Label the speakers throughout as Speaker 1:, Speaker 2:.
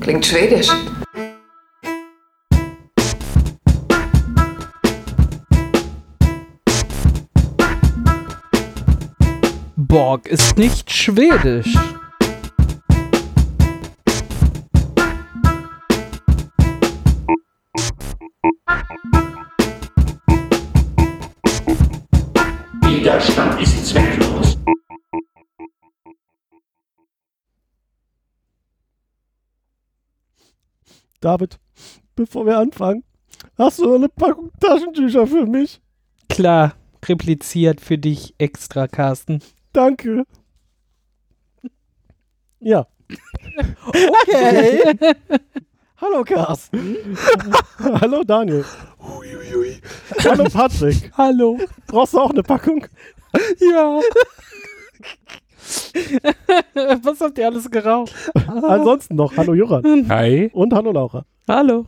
Speaker 1: Klingt schwedisch.
Speaker 2: Borg ist nicht schwedisch.
Speaker 3: Widerstand ist zwecklos.
Speaker 4: David, bevor wir anfangen, hast du noch eine Packung Taschentücher für mich?
Speaker 2: Klar, repliziert für dich extra, Carsten.
Speaker 4: Danke. Ja.
Speaker 2: Okay.
Speaker 4: Hallo Carsten. Hallo Daniel. Hallo Patrick.
Speaker 2: Hallo.
Speaker 4: Brauchst du auch eine Packung?
Speaker 2: Ja. Was habt ihr alles geraucht?
Speaker 4: Ansonsten noch. Hallo Joran.
Speaker 5: Hi.
Speaker 4: Und hallo Laura.
Speaker 2: Hallo.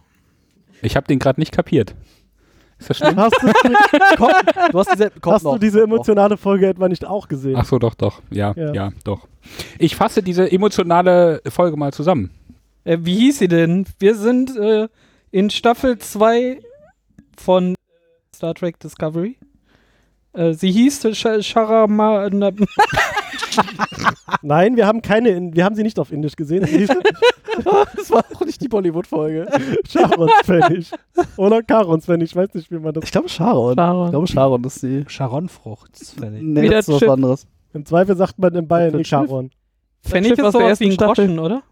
Speaker 5: Ich habe den gerade nicht kapiert. Ist das schlimm?
Speaker 4: Hast du,
Speaker 2: Du hast diese, kommt
Speaker 4: hast
Speaker 2: noch,
Speaker 4: du diese
Speaker 2: kommt noch.
Speaker 4: emotionale Folge etwa nicht auch gesehen?
Speaker 5: Ach so, doch, doch. Ja,
Speaker 4: Ja.
Speaker 5: ja, doch. Ich fasse diese emotionale Folge mal zusammen.
Speaker 2: Äh, wie hieß sie denn? Wir sind äh, in Staffel 2 von äh, Star Trek Discovery. Äh, sie hieß äh, Sch Sharama. na-
Speaker 4: Nein, wir haben keine, in, wir haben sie nicht auf Indisch gesehen. Sie hieß- das war auch nicht die Bollywood-Folge. Charons Oder Karons ich weiß nicht, wie man das.
Speaker 6: Ich glaube Sharon. Ich glaube Sharon ist die.
Speaker 7: Charonfruchtsfällig.
Speaker 6: Nee,
Speaker 2: Wieder
Speaker 6: das ist was
Speaker 2: Chip.
Speaker 6: anderes.
Speaker 4: Im Zweifel sagt man in Bayern eh Charon.
Speaker 2: Pfennig
Speaker 7: Schiff
Speaker 2: ist
Speaker 7: aus der
Speaker 2: sowas
Speaker 7: ersten
Speaker 2: wie ein
Speaker 7: Staffel.
Speaker 2: Groschen, oder?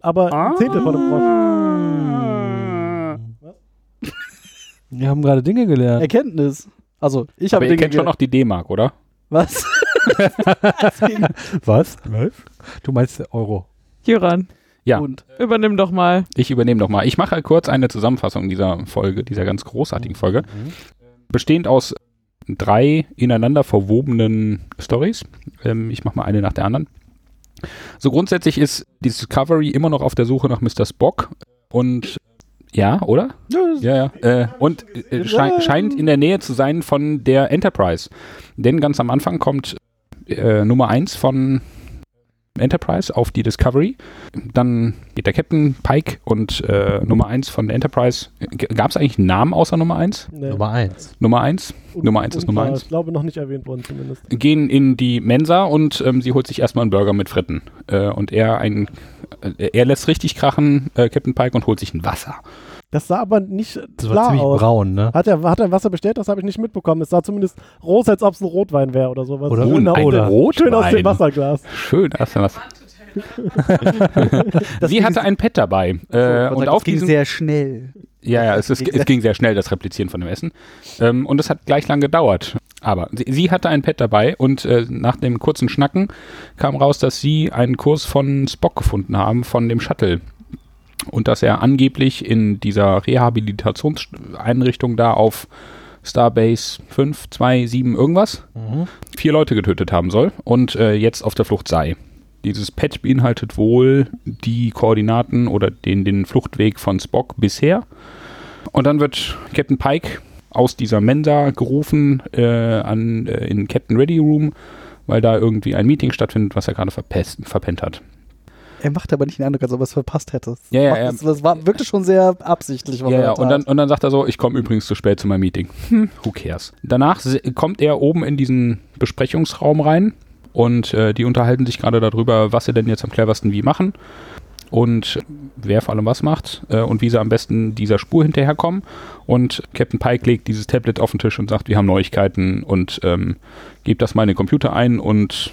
Speaker 4: Aber
Speaker 5: Ah.
Speaker 4: ein Zehntel von einem Groschen.
Speaker 7: Wir haben gerade Dinge gelernt.
Speaker 6: Erkenntnis. Also, ich
Speaker 5: Aber
Speaker 6: habe
Speaker 5: ihr
Speaker 6: Dinge
Speaker 5: kennt schon noch die D-Mark, oder?
Speaker 6: Was?
Speaker 7: Was? Du meinst Euro.
Speaker 8: Juran,
Speaker 5: Ja.
Speaker 6: Und
Speaker 8: übernimm doch mal.
Speaker 5: Ich übernehme nochmal. Ich mache kurz eine Zusammenfassung dieser Folge, dieser ganz großartigen Folge. Bestehend aus drei ineinander verwobenen Stories. Ähm, ich mache mal eine nach der anderen. So grundsätzlich ist die Discovery immer noch auf der Suche nach Mr. Spock und ja, oder? Ja, ja. Äh, und äh, schei scheint in der Nähe zu sein von der Enterprise. Denn ganz am Anfang kommt äh, Nummer 1 von Enterprise auf die Discovery. Dann geht der Captain Pike und äh, Nummer 1 von der Enterprise. Gab es eigentlich einen Namen außer Nummer 1?
Speaker 4: Nee.
Speaker 7: Nummer 1.
Speaker 5: Nummer 1? Nummer eins ist Nummer
Speaker 4: Unklar.
Speaker 5: eins.
Speaker 4: Ich glaube, noch nicht erwähnt worden zumindest.
Speaker 5: gehen in die Mensa und ähm, sie holt sich erstmal einen Burger mit Fritten. Äh, und er ein, äh, er lässt richtig krachen, äh, Captain Pike, und holt sich ein Wasser.
Speaker 4: Das sah aber nicht
Speaker 7: Das war
Speaker 4: klar
Speaker 7: ziemlich
Speaker 4: aus.
Speaker 7: braun, ne?
Speaker 4: Hat er, hat er Wasser bestellt? Das habe ich nicht mitbekommen. Es sah zumindest rot, als ob es ein Rotwein wäre oder sowas.
Speaker 7: Oder-
Speaker 4: schön,
Speaker 5: Nun,
Speaker 4: aus-
Speaker 5: ein
Speaker 7: oder-
Speaker 5: Rotwein.
Speaker 4: schön aus dem Wasserglas.
Speaker 5: Schön, hast du was. sie hatte ein Pad dabei. Äh, und auf
Speaker 7: ging
Speaker 5: diesem,
Speaker 7: sehr schnell.
Speaker 5: ja, ja, es, ist, es ging sehr schnell, das Replizieren von dem Essen. Ähm, und es hat gleich lang gedauert. Aber sie, sie hatte ein Pad dabei und äh, nach dem kurzen Schnacken kam raus, dass sie einen Kurs von Spock gefunden haben, von dem Shuttle. Und dass er angeblich in dieser Rehabilitationseinrichtung da auf Starbase 5, 2, 7 irgendwas vier Leute getötet haben soll und äh, jetzt auf der Flucht sei. Dieses Pad beinhaltet wohl die Koordinaten oder den, den Fluchtweg von Spock bisher. Und dann wird Captain Pike aus dieser Mensa gerufen äh, an, äh, in den Captain Ready Room, weil da irgendwie ein Meeting stattfindet, was er gerade verpest- verpennt hat.
Speaker 6: er macht aber nicht den Eindruck, als ob er es verpasst hätte.
Speaker 5: Ja, ja,
Speaker 6: das, das war wirklich schon sehr absichtlich, was
Speaker 5: Ja,
Speaker 6: er
Speaker 5: ja,
Speaker 6: da
Speaker 5: und dann,
Speaker 6: tat.
Speaker 5: und dann sagt er so, ich komme übrigens zu spät zu meinem Meeting. Hm, who cares? Danach se- kommt er oben in diesen Besprechungsraum rein und äh, die unterhalten sich gerade darüber, was sie denn jetzt am cleversten wie machen und wer vor allem was macht äh, und wie sie am besten dieser Spur hinterherkommen. Und Captain Pike legt dieses Tablet auf den Tisch und sagt, wir haben Neuigkeiten und ähm, gebt das mal in den Computer ein und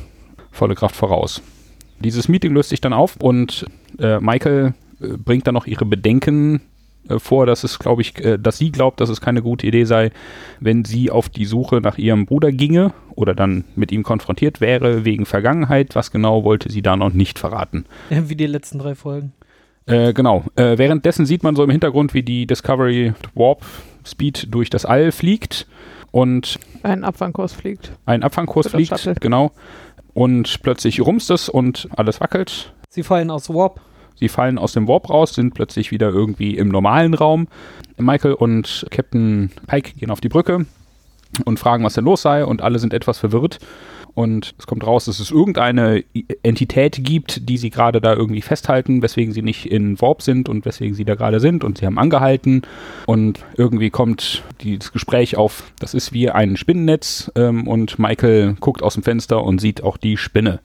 Speaker 5: volle Kraft voraus. Dieses Meeting löst sich dann auf und äh, Michael äh, bringt dann noch ihre Bedenken äh, vor, dass es, glaube ich, äh, dass sie glaubt, dass es keine gute Idee sei, wenn sie auf die Suche nach ihrem Bruder ginge oder dann mit ihm konfrontiert wäre wegen Vergangenheit. Was genau wollte sie da noch nicht verraten?
Speaker 2: Äh, Wie die letzten drei Folgen.
Speaker 5: Äh, genau. Äh, währenddessen sieht man so im Hintergrund, wie die Discovery Warp Speed durch das All fliegt und
Speaker 8: Ein Abfangkurs fliegt.
Speaker 5: einen Abfangkurs
Speaker 8: Mit dem
Speaker 5: fliegt.
Speaker 8: Shuttle.
Speaker 5: Genau. Und plötzlich rumst es und alles wackelt.
Speaker 2: Sie fallen aus Warp.
Speaker 5: Sie fallen aus dem Warp raus, sind plötzlich wieder irgendwie im normalen Raum. Michael und Captain Pike gehen auf die Brücke. und fragen, was denn los sei und alle sind etwas verwirrt. Und es kommt raus, dass es irgendeine I- Entität gibt, die sie gerade da irgendwie festhalten, weswegen sie nicht in Warp sind und weswegen sie da gerade sind und sie haben angehalten. Und irgendwie kommt die, das Gespräch auf, das ist wie ein Spinnennetz ähm, und Michael guckt aus dem Fenster und sieht auch die Spinne.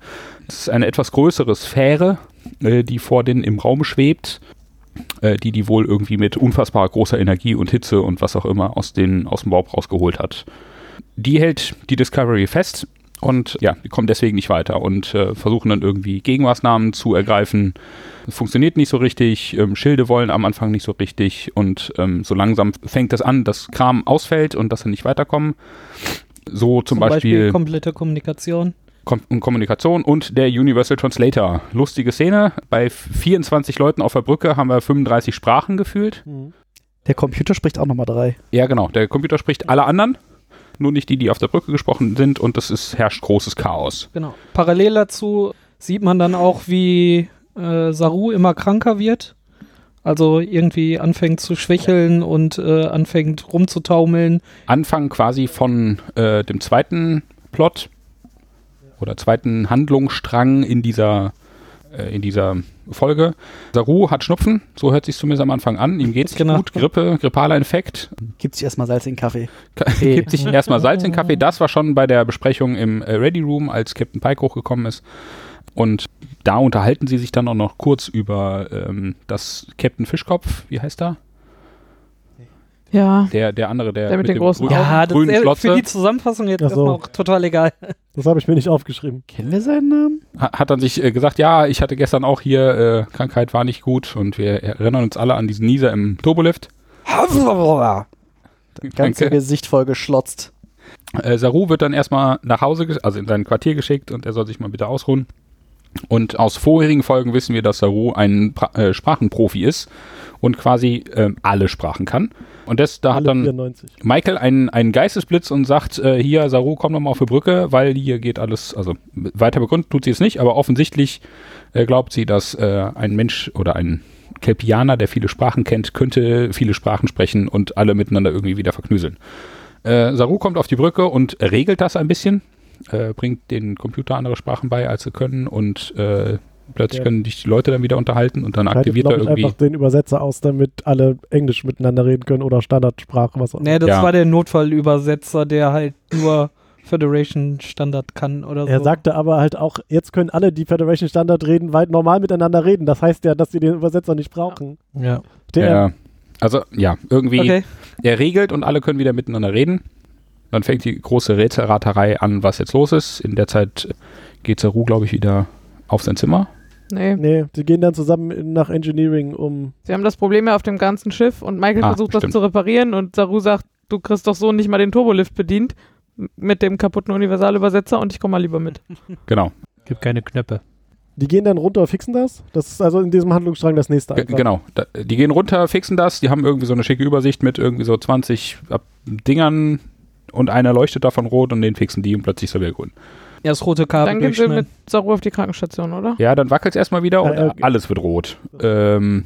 Speaker 5: Es ist eine etwas größere Sphäre, äh, die vor denen im Raum schwebt, äh, die die wohl irgendwie mit unfassbar großer Energie und Hitze und was auch immer aus, den, aus dem Warp rausgeholt hat. Die hält die Discovery fest und ja, die kommen deswegen nicht weiter und äh, versuchen dann irgendwie Gegenmaßnahmen zu ergreifen. Es funktioniert nicht so richtig, ähm, Schilde wollen am Anfang nicht so richtig und ähm, so langsam fängt das an, dass Kram ausfällt und dass sie nicht weiterkommen. So zum, Beispiel
Speaker 2: komplette Kommunikation.
Speaker 5: Kom und Kommunikation und der Universal Translator. Lustige Szene. Bei 24 Leuten auf der Brücke haben wir 35 Sprachen gefühlt.
Speaker 6: Der Computer spricht auch nochmal drei.
Speaker 5: Ja, genau. Der Computer spricht alle anderen, nur nicht die, die auf der Brücke gesprochen sind und es ist, herrscht großes Chaos.
Speaker 2: Genau. Parallel dazu sieht man dann auch, wie äh, Saru immer kranker wird. Also irgendwie anfängt zu schwächeln und äh, anfängt rumzutaumeln.
Speaker 5: Anfang quasi von äh, dem zweiten Plot oder zweiten Handlungsstrang in dieser, äh, in dieser Folge. Saru hat Schnupfen, so hört sich zumindest am Anfang an. Ihm geht's
Speaker 2: Genau.
Speaker 5: gut, Grippe, grippaler Infekt,
Speaker 6: Gibt sich erstmal Salz in den Kaffee.
Speaker 5: Kaffee. gibt sich erstmal Salz in den Kaffee. Das war schon bei der Besprechung im äh, Ready Room, als Captain Pike hochgekommen ist. Und da unterhalten sie sich dann auch noch kurz über ähm, das Captain Fischkopf, wie heißt er?
Speaker 8: Ja.
Speaker 5: Der, der andere, der,
Speaker 8: Der mit den großen
Speaker 5: grünen-
Speaker 8: Ja,
Speaker 2: das
Speaker 5: grünen
Speaker 2: ist ja für
Speaker 5: Glotze,
Speaker 2: die Zusammenfassung jetzt
Speaker 4: Ach so.
Speaker 2: erstmal auch total egal.
Speaker 4: Das habe ich mir nicht aufgeschrieben.
Speaker 6: Kennen wir seinen Namen?
Speaker 5: ha- hat dann sich äh, gesagt, ja, ich hatte gestern auch hier, äh, Krankheit war nicht gut und wir erinnern uns alle an diesen Nieser im Turbolift.
Speaker 6: Ganze
Speaker 5: Danke.
Speaker 6: Gesicht voll geschlotzt.
Speaker 5: Äh, Saru wird dann erstmal nach Hause, gesch- also in sein Quartier geschickt und er soll sich mal bitte ausruhen. Und aus vorherigen Folgen wissen wir, dass Saru ein pra äh, Sprachenprofi ist und quasi ähm, alle Sprachen kann. Und das, da hat
Speaker 4: Alle
Speaker 5: dann
Speaker 4: 94.
Speaker 5: Michael einen, einen Geistesblitz und sagt, äh, hier, Saru, komm doch mal auf die Brücke, weil hier geht alles, also weiter begründet tut sie es nicht, aber offensichtlich äh, glaubt sie, dass äh, ein Mensch oder ein Kelpianer, der viele Sprachen kennt, könnte viele Sprachen sprechen und alle miteinander irgendwie wieder verknüseln. Äh, Saru kommt auf die Brücke und regelt das ein bisschen, äh, bringt den Computer andere Sprachen bei, als sie können und äh, plötzlich
Speaker 4: Der-
Speaker 5: können sich die Leute dann wieder unterhalten und dann
Speaker 4: Schaltet,
Speaker 5: aktiviert
Speaker 4: glaub
Speaker 5: er
Speaker 4: ich,
Speaker 5: irgendwie.
Speaker 4: einfach den Übersetzer aus, damit alle Englisch miteinander reden können oder Standardsprache, was auch immer.
Speaker 2: Nee, das
Speaker 5: Ja.
Speaker 2: war der Notfallübersetzer, der halt nur Federation Standard kann oder
Speaker 4: Er
Speaker 5: also
Speaker 2: so.
Speaker 4: sagte aber halt auch, jetzt können alle, die Federation Standard reden, weit normal miteinander reden. Das heißt ja, dass sie den Übersetzer nicht brauchen.
Speaker 7: Ja.
Speaker 4: Der,
Speaker 5: Ja, also ja, irgendwie.
Speaker 2: okay.
Speaker 5: Er regelt und alle können wieder miteinander reden. Dann fängt die große Rätselraterei an, was jetzt los ist. In der Zeit geht Saru, glaube ich, wieder auf sein Zimmer.
Speaker 8: Nee.
Speaker 4: Nee, die gehen dann zusammen in- nach Engineering um.
Speaker 8: Sie haben das Problem ja auf dem ganzen Schiff und Michael
Speaker 5: Ah,
Speaker 8: versucht das
Speaker 5: stimmt.
Speaker 8: zu reparieren und Saru sagt, du kriegst doch so nicht mal den Turbolift bedient m- mit dem kaputten Universalübersetzer und ich komme mal lieber mit.
Speaker 5: Genau,
Speaker 7: Gibt keine Knöpfe.
Speaker 4: Die gehen dann runter, fixen das. Das ist also in diesem Handlungsstrang das nächste.
Speaker 5: G
Speaker 4: Einfach.
Speaker 5: genau. Da, die gehen runter, fixen das. Die haben irgendwie so eine schicke Übersicht mit irgendwie so 20 Ab- Dingern und einer leuchtet davon rot und den fixen die und plötzlich ist er wieder grün.
Speaker 2: Ja, das rote Kabel
Speaker 8: Dann gehen sie
Speaker 2: durchschneiden.
Speaker 8: mit Saru auf die Krankenstation, oder?
Speaker 5: ne? Ja, dann wackelt es erstmal wieder und
Speaker 4: Ah, okay.
Speaker 5: alles wird rot. Ähm,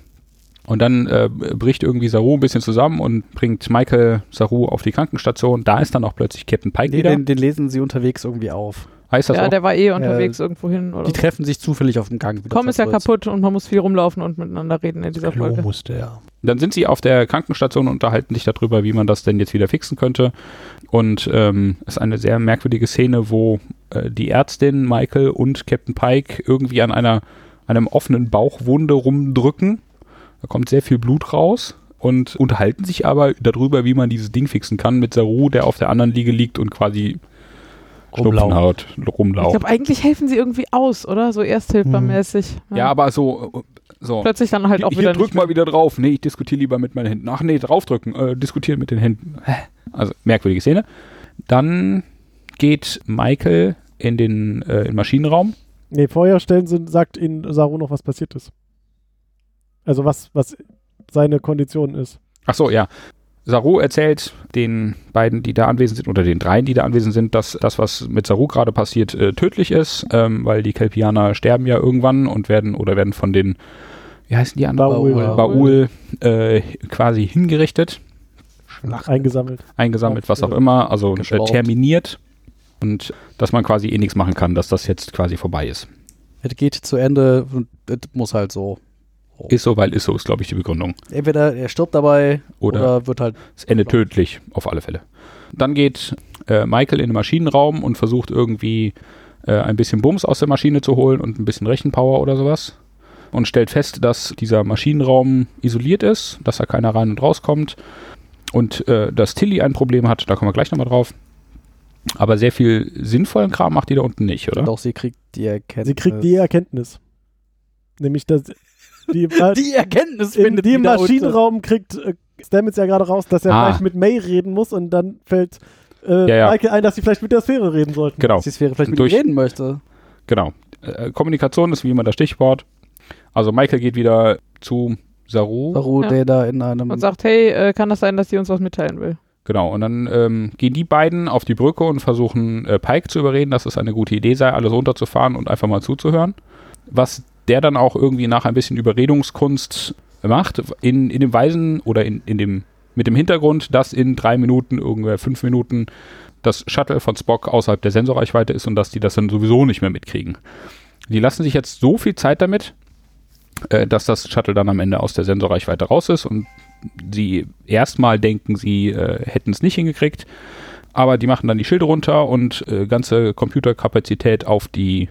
Speaker 5: und dann äh, bricht irgendwie Saru ein bisschen zusammen und bringt Michael Saru auf die Krankenstation. Da ist dann auch plötzlich Captain Pike
Speaker 6: Nee,
Speaker 5: wieder.
Speaker 6: den, den lesen sie unterwegs irgendwie auf.
Speaker 5: heißt das
Speaker 8: ja,
Speaker 5: auch?
Speaker 8: der war eh unterwegs irgendwo hin. Oder
Speaker 6: Die
Speaker 8: so.
Speaker 6: treffen sich zufällig auf dem Gang. wieder
Speaker 8: Komm ist ja
Speaker 6: zurück.
Speaker 8: kaputt und man muss viel rumlaufen und miteinander reden in dieser
Speaker 7: Klo
Speaker 8: Folge.
Speaker 7: musste er.
Speaker 5: Dann sind sie auf der Krankenstation und unterhalten sich darüber, wie man das denn jetzt wieder fixen könnte. Und ähm, es ist eine sehr merkwürdige Szene, wo äh, die Ärztin, Michael und Captain Pike irgendwie an einer, einem offenen Bauchwunde rumdrücken. Da kommt sehr viel Blut raus und unterhalten sich aber darüber, wie man dieses Ding fixen kann mit Saru, der auf der anderen Liege liegt und quasi Schnupfen
Speaker 7: Rumlaufen.
Speaker 5: hat,
Speaker 8: Ich
Speaker 5: rumlauft.
Speaker 8: glaube, eigentlich helfen sie irgendwie aus, oder? So ersthilfermäßig.
Speaker 5: Hm. Ja, aber so, äh, so
Speaker 8: Plötzlich dann halt auch
Speaker 5: Hier
Speaker 8: wieder
Speaker 5: drück
Speaker 8: nicht
Speaker 5: mal wieder drauf. Nee, ich diskutiere lieber mit meinen Händen. Ach nee, draufdrücken. Äh, diskutieren mit den Händen. Hä? Also merkwürdige Szene. Dann geht Michael in den äh, in den Maschinenraum.
Speaker 4: Nee, vorher stellen sie, sagt ihnen Saru noch, was passiert ist. Also was, was seine Kondition ist.
Speaker 5: Ach so, ja. Saru erzählt den beiden, die da anwesend sind, oder den dreien, die da anwesend sind, dass das, was mit Saru gerade passiert, äh, tödlich ist, ähm, weil die Kelpianer sterben ja irgendwann und werden oder werden von den, wie heißen die anderen?
Speaker 4: Baul.
Speaker 5: Baul äh, quasi hingerichtet.
Speaker 4: eingesammelt.
Speaker 5: eingesammelt, was auch immer, also äh, terminiert und dass man quasi eh nichts machen kann, dass das jetzt quasi vorbei ist.
Speaker 6: Es geht zu Ende und es muss halt so.
Speaker 5: Ist so, weil ist so, ist glaube ich die Begründung.
Speaker 6: Entweder er stirbt dabei
Speaker 5: Oder-
Speaker 6: oder, wird halt.
Speaker 5: Es endet tödlich, auf alle Fälle. Dann geht äh, Michael in den Maschinenraum und versucht irgendwie äh, ein bisschen Bums aus der Maschine zu holen und ein bisschen Rechenpower oder sowas. Und stellt fest, dass dieser Maschinenraum isoliert ist, dass da keiner rein und rauskommt. Und äh, dass Tilly ein Problem hat, da kommen wir gleich nochmal drauf. Aber sehr viel sinnvollen Kram macht die da unten nicht, oder?
Speaker 6: Doch, sie kriegt die Erkenntnis.
Speaker 4: Sie kriegt die Erkenntnis. Nämlich, dass die,
Speaker 6: Die Erkenntnis
Speaker 4: in
Speaker 6: findet
Speaker 4: dem
Speaker 6: die da unten.
Speaker 4: Maschinenraum kriegt äh, Stamets ja gerade raus, dass er
Speaker 5: Ah.
Speaker 4: vielleicht mit May reden muss und dann fällt äh,
Speaker 5: Ja, ja.
Speaker 4: Michael ein, dass sie vielleicht mit der Sphäre reden sollten.
Speaker 5: Genau.
Speaker 6: Dass sie es wäre vielleicht mit
Speaker 5: Durch-
Speaker 6: ihm reden möchte.
Speaker 5: Genau. Äh, Kommunikation ist wie immer das Stichwort. Also Michael geht wieder zu Saru.
Speaker 6: Saru,
Speaker 8: Ja.
Speaker 6: der da in einem.
Speaker 8: Und sagt, hey, äh, kann das sein, dass die uns was mitteilen will?
Speaker 5: Genau. Und dann ähm, gehen die beiden auf die Brücke und versuchen äh, Pike zu überreden, dass es eine gute Idee sei, alles runterzufahren und einfach mal zuzuhören. Was der dann auch irgendwie nach ein bisschen Überredungskunst macht, in, in dem Weisen oder in, in dem, mit dem Hintergrund, dass in drei Minuten, irgendwer fünf Minuten, das Shuttle von Spock außerhalb der Sensorreichweite ist und dass die das dann sowieso nicht mehr mitkriegen. Die lassen sich jetzt so viel Zeit damit, äh, dass das Shuttle dann am Ende aus der Sensorreichweite raus ist und sie erstmal denken, sie äh, hätten es nicht hingekriegt. Aber die machen dann die Schilde runter und äh, ganze Computerkapazität auf die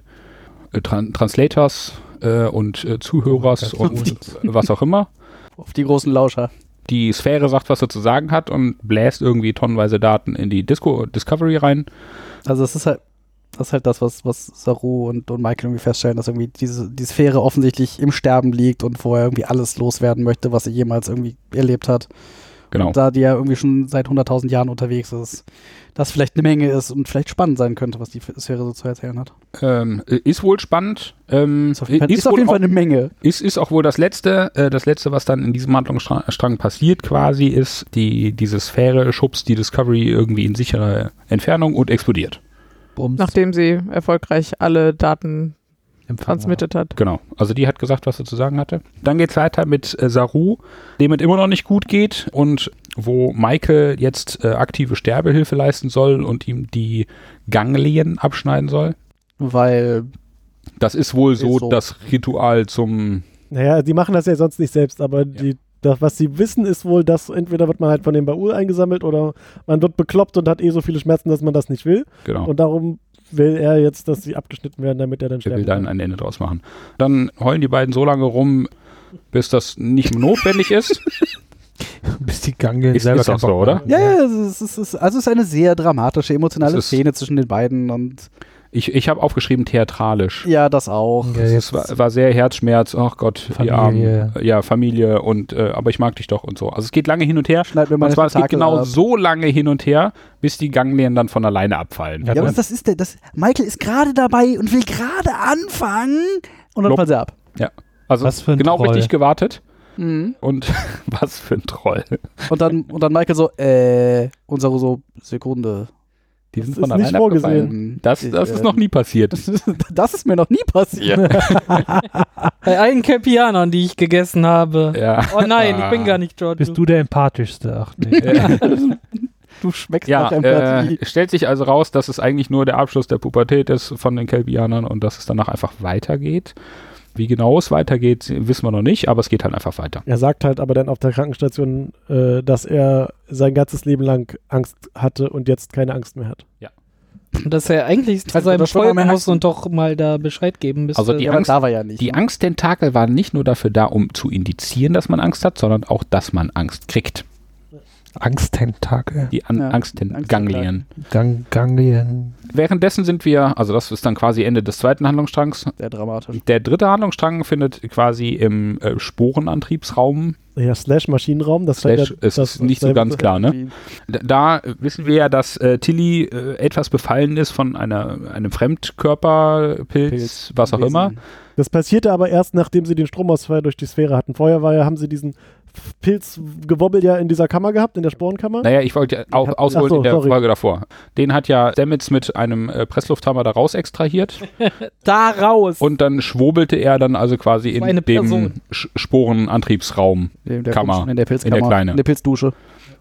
Speaker 5: äh, Tran Translators äh, und äh, Zuhörers
Speaker 6: Oh
Speaker 5: und was auch immer.
Speaker 6: Auf die großen Lauscher.
Speaker 5: Die Sphäre sagt, was er zu sagen hat und bläst irgendwie tonnenweise Daten in die Disco Discovery rein.
Speaker 6: Also es ist halt, das ist halt das, was, was Saru und, und Michael irgendwie feststellen, dass irgendwie diese, die Sphäre offensichtlich im Sterben liegt und vorher irgendwie alles loswerden möchte, was sie jemals irgendwie erlebt hat.
Speaker 5: Genau.
Speaker 6: Da die ja irgendwie schon seit 100.000 Jahren unterwegs ist, das vielleicht eine Menge ist und vielleicht spannend sein könnte, was die Sphäre so zu erzählen hat.
Speaker 5: Ähm, ist wohl spannend. Ähm,
Speaker 6: Ist auf jeden Fall, ist auf
Speaker 5: wohl
Speaker 6: jeden Fall
Speaker 5: auch-
Speaker 6: eine Menge.
Speaker 5: Ist, ist auch wohl das Letzte, äh, das Letzte, was dann in diesem Handlungsstrang passiert quasi, ist, die, diese Sphäre schubst die Discovery irgendwie in sichere Entfernung und explodiert.
Speaker 7: Bums.
Speaker 8: Nachdem sie erfolgreich alle Daten
Speaker 7: Empfang.
Speaker 8: transmittet hat.
Speaker 5: Genau. Also die hat gesagt, was sie zu sagen hatte. Dann geht's weiter mit äh, Saru, dem es immer noch nicht gut geht und wo Michael jetzt äh, aktive Sterbehilfe leisten soll und ihm die Ganglien abschneiden soll.
Speaker 6: Weil
Speaker 5: Das ist wohl so,
Speaker 6: Ist so.
Speaker 5: das Ritual zum
Speaker 4: Naja, die machen das ja sonst nicht selbst, aber die, das, was sie wissen, ist wohl, dass entweder wird man halt von dem Baul eingesammelt oder man wird bekloppt und hat eh so viele Schmerzen, dass man das nicht will.
Speaker 5: genau.
Speaker 4: Und darum will er jetzt, dass sie abgeschnitten werden, damit er dann
Speaker 5: Der will
Speaker 4: sterben
Speaker 5: dann
Speaker 4: kann.
Speaker 5: ein Ende draus machen. Dann heulen die beiden so lange rum, bis das nicht notwendig ist.
Speaker 7: Bis die Gange
Speaker 5: Ist-
Speaker 7: selber ne?
Speaker 5: ist doch
Speaker 7: keinen
Speaker 5: so,
Speaker 7: Bock
Speaker 5: oder?
Speaker 7: mehr haben.
Speaker 6: ja, ja, es ist, es ist, also es ist eine sehr dramatische, emotionale
Speaker 5: Es ist-
Speaker 6: Szene zwischen den beiden und
Speaker 5: Ich, ich habe aufgeschrieben theatralisch.
Speaker 6: ja, das auch.
Speaker 7: Ja,
Speaker 5: Es
Speaker 7: jetzt
Speaker 5: war, war sehr Herzschmerz. Ach Gott,
Speaker 7: Familie.
Speaker 5: Familie. ja, Familie und äh, aber ich mag dich doch und so. Also es geht lange hin und her.
Speaker 6: Schneid mir
Speaker 5: Und
Speaker 6: meine
Speaker 5: zwar, es geht
Speaker 6: Tentakel
Speaker 5: genau
Speaker 6: ab.
Speaker 5: so lange hin und her, bis die Ganglien dann von alleine abfallen.
Speaker 7: Ja,
Speaker 6: Ja, aber
Speaker 7: dann-
Speaker 6: das ist der, das, Michael ist gerade dabei und will gerade anfangen und dann
Speaker 5: Nope.
Speaker 6: fallen sie ab.
Speaker 5: also
Speaker 7: was für ein
Speaker 5: genau
Speaker 7: Troll.
Speaker 5: richtig gewartet.
Speaker 6: Mhm.
Speaker 5: Und was für ein Troll.
Speaker 6: Und dann, und dann Michael so, äh, und Saru so, Sekunde.
Speaker 5: Die
Speaker 4: Das ist nicht vorgesehen.
Speaker 6: Ähm,
Speaker 5: Mhm. Das, das
Speaker 6: äh,
Speaker 5: ist noch nie passiert.
Speaker 6: Das ist mir noch nie passiert.
Speaker 2: Bei allen Capianern, die ich gegessen habe.
Speaker 5: Ja.
Speaker 2: Oh nein, ich bin gar nicht George.
Speaker 7: Bist du der empathischste? Ach nee.
Speaker 6: Du schmeckst
Speaker 5: Ja,
Speaker 6: nach Empathie.
Speaker 5: äh, stellt sich also raus, dass es eigentlich nur der Abschluss der Pubertät ist von den Kelbianern und dass es danach einfach weitergeht. Wie genau es weitergeht, wissen wir noch nicht, aber es geht halt einfach weiter.
Speaker 4: Er sagt halt aber dann auf der Krankenstation, äh, dass er sein ganzes Leben lang Angst hatte und jetzt keine Angst mehr hat.
Speaker 2: Dass er eigentlich zu
Speaker 6: Also,
Speaker 2: seinem
Speaker 6: das war
Speaker 2: Volk
Speaker 6: mein
Speaker 2: muss
Speaker 6: Haxen.
Speaker 2: und doch mal da Bescheid geben müsste.
Speaker 5: Also die
Speaker 6: ja, aber
Speaker 5: Angst-
Speaker 6: da war ja nicht.
Speaker 5: Die Angsttentakel waren nicht nur dafür da, um zu indizieren, dass man Angst hat, sondern auch, dass man Angst kriegt.
Speaker 7: Angsttentakel.
Speaker 5: Die An
Speaker 6: Ja,
Speaker 5: Angsttent-
Speaker 6: Angsttentakel.
Speaker 5: Ganglien.
Speaker 7: Gang Ganglien.
Speaker 5: Währenddessen sind wir, also das ist dann quasi Ende des zweiten Handlungsstrangs.
Speaker 6: Sehr dramatisch.
Speaker 5: Der dritte Handlungsstrang findet quasi im äh, Sporenantriebsraum.
Speaker 4: Ja, Slash Maschinenraum, das scheint
Speaker 5: Slash,
Speaker 4: ja,
Speaker 5: es
Speaker 4: das
Speaker 5: ist nicht so
Speaker 4: dasselbe
Speaker 5: ganz
Speaker 4: zu-
Speaker 5: klar, ne?
Speaker 6: Wie-
Speaker 5: D- Da wissen wir ja, dass äh, Tilly äh, etwas befallen ist von einer, einem Fremdkörperpilz, was auch
Speaker 6: Wesen.
Speaker 5: immer.
Speaker 4: Das passierte aber erst, nachdem sie den Stromausfall durch die Sphäre hatten. Vorher war ja, haben sie diesen Pilzgewobbel ja in dieser Kammer gehabt, in der Sporenkammer.
Speaker 5: Naja, ich wollte ja auch
Speaker 4: hab-
Speaker 5: ausholen
Speaker 4: Ach so,
Speaker 5: in der
Speaker 4: sorry.
Speaker 5: Folge davor. Den hat ja Stamets mit einem äh, Presslufthammer da raus extrahiert
Speaker 2: Da raus.
Speaker 5: und dann schwobelte er dann also quasi
Speaker 2: war eine
Speaker 5: in
Speaker 2: Person.
Speaker 5: dem Sch- Sporenantriebsraum
Speaker 6: In der,
Speaker 5: Kammer.
Speaker 6: Pilz- in der Pilzkammer.
Speaker 5: In der kleinen.
Speaker 6: In der Pilzdusche.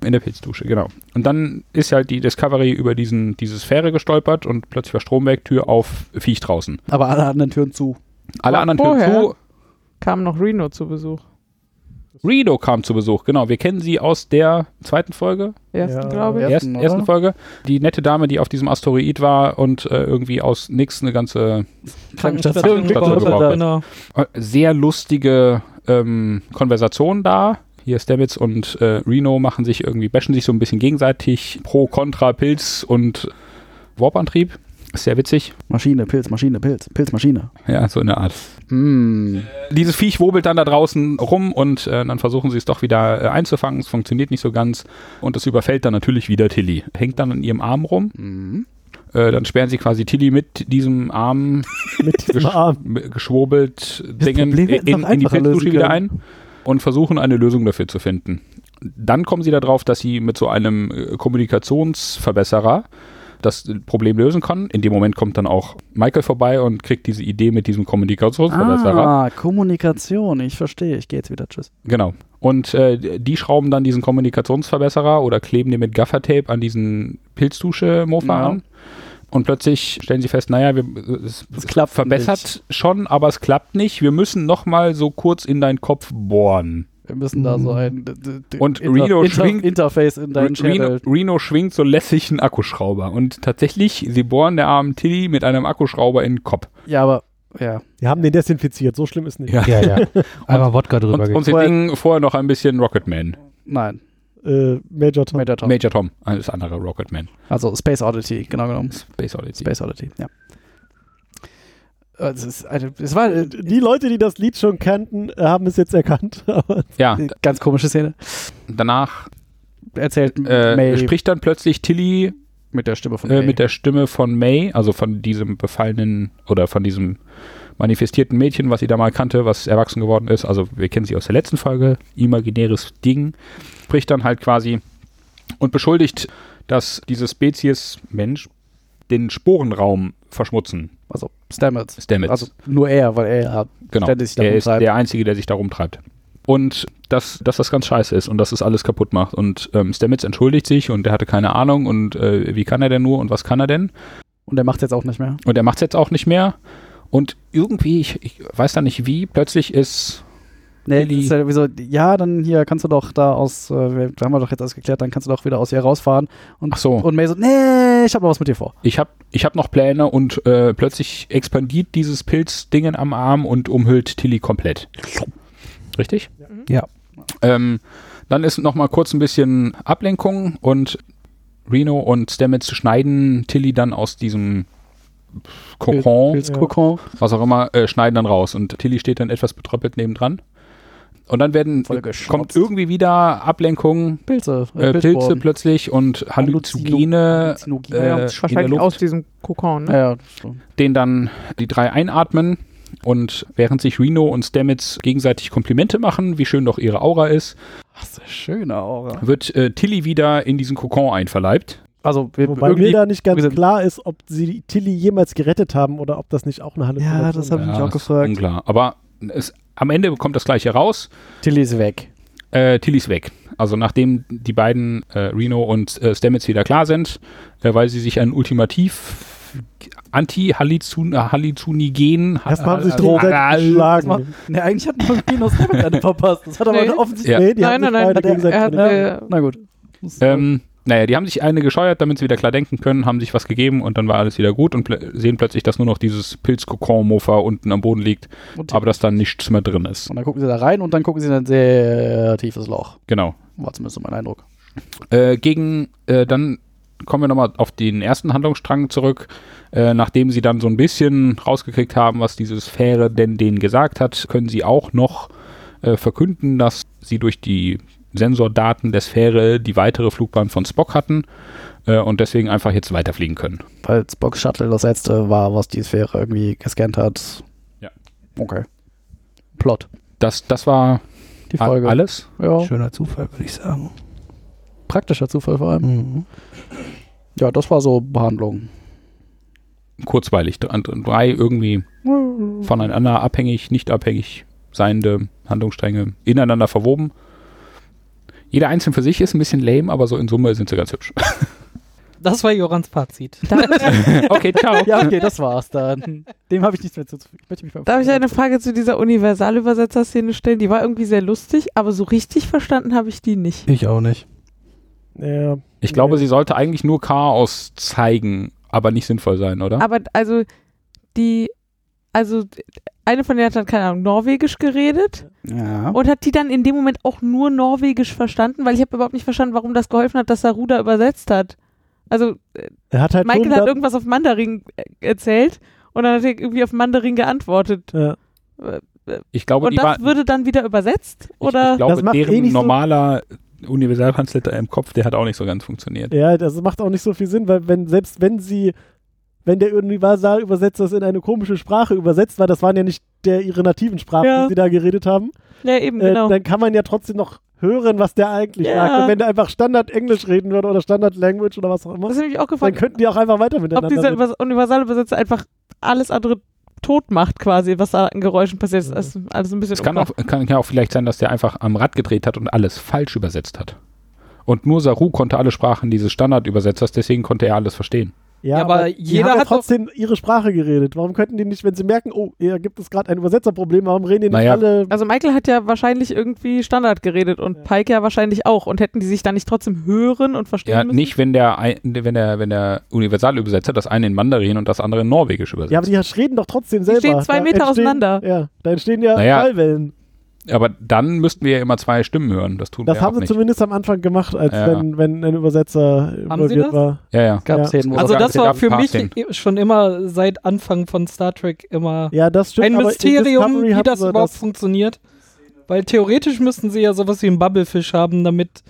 Speaker 5: in der Pilzdusche, genau. Und dann ist halt die Discovery über diesen, diese Sphäre gestolpert und plötzlich war Strom weg, Tür auf, Viech draußen.
Speaker 6: Aber alle anderen Türen zu.
Speaker 5: Alle
Speaker 8: Aber
Speaker 5: anderen Türen
Speaker 8: vorher-
Speaker 5: zu.
Speaker 8: Kam noch Reno zu Besuch.
Speaker 5: Rido kam zu Besuch, genau. Wir kennen sie aus der zweiten Folge,
Speaker 8: Ersten,
Speaker 4: Ja,
Speaker 8: glaube ich.
Speaker 5: ersten,
Speaker 6: Ersten, oder?
Speaker 5: ersten Folge. Die nette Dame, die auf diesem Asteroid war und äh, irgendwie aus nix eine ganze
Speaker 2: Krankenstation gebaut.
Speaker 5: Krankenstation gebaut.
Speaker 2: Genau.
Speaker 5: äh, sehr lustige ähm, Konversation da. Hier Stamets und äh, Reno machen sich irgendwie, bashen sich so ein bisschen gegenseitig pro, contra, Pilz und Warp-Antrieb. Ist sehr witzig.
Speaker 6: Maschine, Pilz, Maschine, Pilz, Pilzmaschine.
Speaker 5: Ja, so in der Art.
Speaker 6: Hm.
Speaker 5: Dieses Viech wobelt dann da draußen rum und äh, dann versuchen sie es doch wieder äh, einzufangen. Es funktioniert nicht so ganz. Und es überfällt dann natürlich wieder Tilly. Hängt dann an ihrem Arm rum.
Speaker 6: Hm.
Speaker 5: Äh, dann sperren sie quasi Tilly mit diesem Arm
Speaker 4: Mit diesem
Speaker 5: Gesch-
Speaker 4: Arm.
Speaker 5: m- geschwobelt Dingen
Speaker 6: Problem hätten
Speaker 5: in,
Speaker 6: wir
Speaker 5: in die
Speaker 6: einfacher lösen
Speaker 5: Pilzdusche wieder
Speaker 6: können.
Speaker 5: ein und versuchen eine Lösung dafür zu finden. Dann kommen sie darauf, dass sie mit so einem äh, Kommunikationsverbesserer das äh, Problem lösen können. In dem Moment kommt dann auch Michael vorbei und kriegt diese Idee mit diesem Kommunikationsverbesserer.
Speaker 6: Ah, Kommunikation. Ich verstehe. Ich gehe jetzt wieder. Tschüss.
Speaker 5: Genau. Und äh, die schrauben dann diesen Kommunikationsverbesserer oder kleben den mit Gaffertape an diesen Pilzdusche-Mofa
Speaker 6: Ja.
Speaker 5: an. Und plötzlich stellen sie fest, naja, wir, es,
Speaker 6: Es klappt
Speaker 5: verbessert schon, aber es klappt nicht. Wir müssen noch mal so kurz in deinen Kopf bohren.
Speaker 6: Wir müssen da so ein d- d- d-
Speaker 5: Mhm. Und Reno schwingt-
Speaker 6: Interface in deinen
Speaker 5: Reno,
Speaker 6: Schädel.
Speaker 5: Reno schwingt so lässig einen Akkuschrauber und tatsächlich, sie bohren der armen Tilly mit einem Akkuschrauber in den Kopf.
Speaker 6: Ja, aber ja.
Speaker 4: Die haben den desinfiziert, so schlimm ist nicht.
Speaker 7: Ja, ja. Einmal Wodka drüber
Speaker 5: Und, und sie
Speaker 6: Vorher-
Speaker 5: singen vorher noch ein bisschen Rocketman.
Speaker 6: Nein.
Speaker 4: Äh, Major Tom.
Speaker 6: Major
Speaker 5: Hm.
Speaker 6: Tom.
Speaker 5: Major Tom, alles andere Rocketman.
Speaker 6: also Space Oddity, genau genommen.
Speaker 5: Space Odyssey.
Speaker 6: Space Oddity, ja. Äh, Es ist eine, es war äh,
Speaker 4: Die Leute, die das Lied schon kannten, äh, haben es jetzt erkannt. Aber
Speaker 5: Ja,
Speaker 6: eine ganz komische Szene.
Speaker 5: danach
Speaker 6: Erzählt
Speaker 5: äh,
Speaker 6: May
Speaker 5: spricht dann plötzlich Tilly
Speaker 6: mit der Stimme von
Speaker 5: äh,
Speaker 6: May.
Speaker 5: mit der Stimme von May, also von diesem befallenen oder von diesem manifestierten Mädchen, was sie da mal kannte, was erwachsen geworden ist. Also wir kennen sie aus der letzten Folge, imaginäres Ding, spricht dann halt quasi und beschuldigt, dass diese Spezies Mensch den Sporenraum verschmutzen.
Speaker 6: also Stamets.
Speaker 5: Stamets.
Speaker 6: Also nur er, weil er ja
Speaker 5: Genau.
Speaker 6: ständig sich da
Speaker 5: er ist
Speaker 6: rumtreibt.
Speaker 5: der Einzige, der sich da rumtreibt. Und dass, dass das ganz scheiße ist und dass es alles kaputt macht. Und ähm, Stamets entschuldigt sich und er hatte keine Ahnung und äh, wie kann er denn nur und was kann er denn?
Speaker 6: und er macht jetzt auch nicht mehr.
Speaker 5: Und er macht es jetzt auch nicht mehr. Und irgendwie, ich, ich weiß da nicht wie, plötzlich ist.
Speaker 6: Nee,
Speaker 5: Lilly.
Speaker 6: das ist ja, wieso, ja, dann hier kannst du doch da aus, äh, wir haben wir doch jetzt alles geklärt, dann kannst du doch wieder aus hier rausfahren. Und,
Speaker 5: Ach so.
Speaker 6: und May so, nee, ich habe noch was mit dir vor.
Speaker 5: Ich habe ich hab noch Pläne und äh, plötzlich expandiert dieses Pilzdingen am Arm und umhüllt Tilly komplett. Richtig?
Speaker 7: Ja.
Speaker 5: Ähm, dann ist noch mal kurz ein bisschen Ablenkung und Reno und Stamets schneiden Tilly dann aus diesem Kokon,
Speaker 6: Pilz Kokon.
Speaker 5: was auch immer, äh, schneiden dann raus. Und Tilly steht dann etwas betröppelt nebendran. Und dann werden,
Speaker 6: Voll geschnotzt.
Speaker 5: kommt irgendwie wieder Ablenkung,
Speaker 6: Pilze. äh,
Speaker 5: äh, Pilze
Speaker 6: Pilzwurm.
Speaker 5: plötzlich und Halluzogene,
Speaker 6: Halluzinogene,
Speaker 5: äh,
Speaker 6: ja.
Speaker 5: in der
Speaker 8: Wahrscheinlich
Speaker 5: Luft,
Speaker 8: aus diesem Kokon. Ne?
Speaker 6: Ja, ja, so.
Speaker 5: den dann die drei einatmen. Und während sich Reno und Stamets gegenseitig Komplimente machen, wie schön doch ihre Aura ist,
Speaker 6: Was eine schöne Aura.
Speaker 5: wird äh, Tilly wieder in diesen Kokon einverleibt.
Speaker 6: Also, wir
Speaker 4: Wobei
Speaker 6: irgendwie.
Speaker 4: mir da nicht ganz
Speaker 6: gesagt-
Speaker 4: klar ist, ob sie Tilly jemals gerettet haben oder ob das nicht auch eine Halluzination
Speaker 6: Ja, das hab
Speaker 4: war.
Speaker 6: ich mich auch
Speaker 5: ist
Speaker 6: gefragt.
Speaker 5: Unklar. Aber es, am Ende kommt das Gleiche raus.
Speaker 6: Tilly ist weg.
Speaker 5: Äh, Tilly ist weg. Also nachdem die beiden äh, Reno und äh, Stamets wieder klar sind, äh, weil sie sich ein ultimativ anti-Halluzinigen
Speaker 4: Erstmal haben sie sich
Speaker 5: äh,
Speaker 4: gegenseitig geschlagen.
Speaker 6: Ne, eigentlich hatten wir Kinos damit eine verpasst. Das hat aber
Speaker 8: Nee.
Speaker 6: offensichtlich.
Speaker 5: Ja.
Speaker 4: Nee, die
Speaker 8: Nein,
Speaker 4: haben
Speaker 8: nein,
Speaker 4: sich
Speaker 8: nein,
Speaker 4: beide
Speaker 8: hat er-
Speaker 4: gegenseitig
Speaker 8: er hat,
Speaker 4: geschlagen.
Speaker 8: äh,
Speaker 6: Na gut.
Speaker 5: Ähm, naja, die haben sich eine gescheuert, damit sie wieder klar denken können, haben sich was gegeben und dann war alles wieder gut und plö- sehen plötzlich, dass nur noch dieses Pilzkokon-Mofa unten am Boden liegt,
Speaker 6: und,
Speaker 5: aber dass da nichts mehr drin ist.
Speaker 6: und dann gucken sie da rein und dann gucken sie in ein sehr tiefes Loch.
Speaker 5: Genau.
Speaker 6: War zumindest so mein Eindruck.
Speaker 5: Äh, gegen, äh, dann kommen wir nochmal auf den ersten Handlungsstrang zurück. Äh, nachdem sie dann so ein bisschen rausgekriegt haben, was diese Sphäre denn denen gesagt hat, können sie auch noch äh, verkünden, dass sie durch die Sensordaten der Sphäre die weitere Flugbahn von Spock hatten äh, und deswegen einfach jetzt weiterfliegen können.
Speaker 6: Weil Spock Shuttle das letzte war, was die Sphäre irgendwie gescannt hat.
Speaker 5: Ja.
Speaker 6: Okay. Plot.
Speaker 5: Das, das war
Speaker 6: die
Speaker 5: A-
Speaker 6: Folge.
Speaker 5: Alles?
Speaker 6: Ja,
Speaker 7: Schöner Zufall, würde ich sagen.
Speaker 6: praktischer Zufall vor allem.
Speaker 7: Mhm.
Speaker 6: Ja, das war so Behandlung.
Speaker 5: Kurzweilig. Dr- Drei irgendwie voneinander abhängig, nicht abhängig seiende Handlungsstränge ineinander verwoben. Jeder einzeln für sich ist ein bisschen lame, aber so in Summe sind sie ganz hübsch.
Speaker 2: Das war Jorans Fazit.
Speaker 8: äh,
Speaker 5: Okay, ciao.
Speaker 6: Ja, okay, das war's dann. Dem habe ich nichts mehr zuzufügen. Ich möchte mich beim
Speaker 8: Darf ich eine Frage zu dieser Universalübersetzer-Szene stellen? Die war irgendwie sehr lustig, aber so richtig verstanden habe ich die nicht.
Speaker 7: Ich auch nicht.
Speaker 4: Ja,
Speaker 5: Ich glaube, sie sollte eigentlich nur Chaos zeigen, aber nicht sinnvoll sein, oder?
Speaker 8: Aber also die, also eine von denen hat dann, keine Ahnung, Norwegisch geredet
Speaker 6: Ja.
Speaker 8: und hat die dann in dem Moment auch nur Norwegisch verstanden, weil ich habe überhaupt nicht verstanden, warum das geholfen hat, dass Saruda übersetzt hat. Also
Speaker 4: er hat halt
Speaker 8: Michael
Speaker 4: schon
Speaker 8: hat
Speaker 4: da-
Speaker 8: irgendwas auf Mandarin äh, erzählt und dann hat er irgendwie auf Mandarin geantwortet.
Speaker 4: ja.
Speaker 5: Ich glaube,
Speaker 8: Und
Speaker 5: die war,
Speaker 8: das würde dann wieder übersetzt?
Speaker 5: ich,
Speaker 8: Oder?
Speaker 5: ich glaube
Speaker 4: Das macht eh
Speaker 5: deren
Speaker 4: nicht so-
Speaker 5: normaler Universaltranslator im Kopf, der hat auch nicht so ganz funktioniert.
Speaker 4: Ja, das macht auch nicht so viel Sinn, weil wenn, selbst wenn sie, wenn der Universalübersetzer es in eine komische Sprache übersetzt, weil das waren ja nicht der ihre nativen Sprachen,
Speaker 8: Ja.
Speaker 4: die sie da geredet haben,
Speaker 8: Ja, eben,
Speaker 4: äh,
Speaker 8: genau.
Speaker 4: dann kann man ja trotzdem noch hören, was der eigentlich
Speaker 8: Ja.
Speaker 4: sagt. Und wenn der einfach Standard Englisch reden würde oder Standard Language oder was auch immer,
Speaker 8: Das habe ich auch
Speaker 4: dann
Speaker 8: gefragt,
Speaker 4: könnten die auch einfach weiter
Speaker 8: ob
Speaker 4: miteinander
Speaker 8: dieser
Speaker 4: reden.
Speaker 8: Über Universalübersetzer einfach alles andere tot macht, quasi, was da an Geräuschen passiert. Das ist alles ein bisschen
Speaker 5: Es kann auch, kann ja auch vielleicht sein, dass der einfach am Rad gedreht hat und alles falsch übersetzt hat. Und nur Saru konnte alle Sprachen dieses Standardübersetzers, deswegen konnte er alles verstehen.
Speaker 2: Ja, aber
Speaker 4: die
Speaker 2: jeder
Speaker 4: haben ja
Speaker 2: hat doch-
Speaker 4: trotzdem ihre Sprache geredet. Warum könnten die nicht, wenn sie merken, oh, hier gibt es gerade ein Übersetzerproblem, warum reden die nicht
Speaker 5: Naja.
Speaker 4: alle?
Speaker 8: Also Michael hat ja wahrscheinlich irgendwie Standard geredet und Pike ja wahrscheinlich auch. Und hätten die sich da nicht trotzdem hören und verstehen
Speaker 5: Ja,
Speaker 8: müssen?
Speaker 5: nicht, wenn der, ein- wenn der, wenn der Universalübersetzer das eine in Mandarin und das andere in Norwegisch übersetzt.
Speaker 4: Ja, aber die reden doch trotzdem selber.
Speaker 8: stehen zwei
Speaker 4: Da
Speaker 8: Meter
Speaker 4: entstehen-
Speaker 8: auseinander.
Speaker 4: Ja, da entstehen ja
Speaker 5: Naja.
Speaker 4: Schallwellen.
Speaker 5: Aber dann müssten wir ja immer zwei Stimmen hören. Das tun
Speaker 4: Das
Speaker 5: wir
Speaker 4: haben
Speaker 5: auch
Speaker 4: sie
Speaker 5: nicht.
Speaker 4: zumindest am Anfang gemacht, als
Speaker 5: Ja.
Speaker 4: wenn, wenn ein Übersetzer
Speaker 2: Haben sie
Speaker 4: involviert
Speaker 2: das?
Speaker 4: war.
Speaker 5: Ja, ja.
Speaker 6: Gab
Speaker 4: Ja.
Speaker 6: zehn Monate.
Speaker 2: Also
Speaker 5: gab-
Speaker 2: das
Speaker 5: es
Speaker 2: war
Speaker 5: gab ein
Speaker 2: für
Speaker 5: paar
Speaker 2: mich
Speaker 5: Szenen.
Speaker 2: schon immer seit Anfang von Star Trek immer
Speaker 4: Ja, das stimmt.
Speaker 2: ein
Speaker 4: aber in
Speaker 2: Mysterium,
Speaker 4: Discovery
Speaker 2: wie
Speaker 4: hatten
Speaker 2: das
Speaker 4: sie
Speaker 2: überhaupt funktioniert. Weil theoretisch müssten sie ja sowas wie einen Bubblefish haben, damit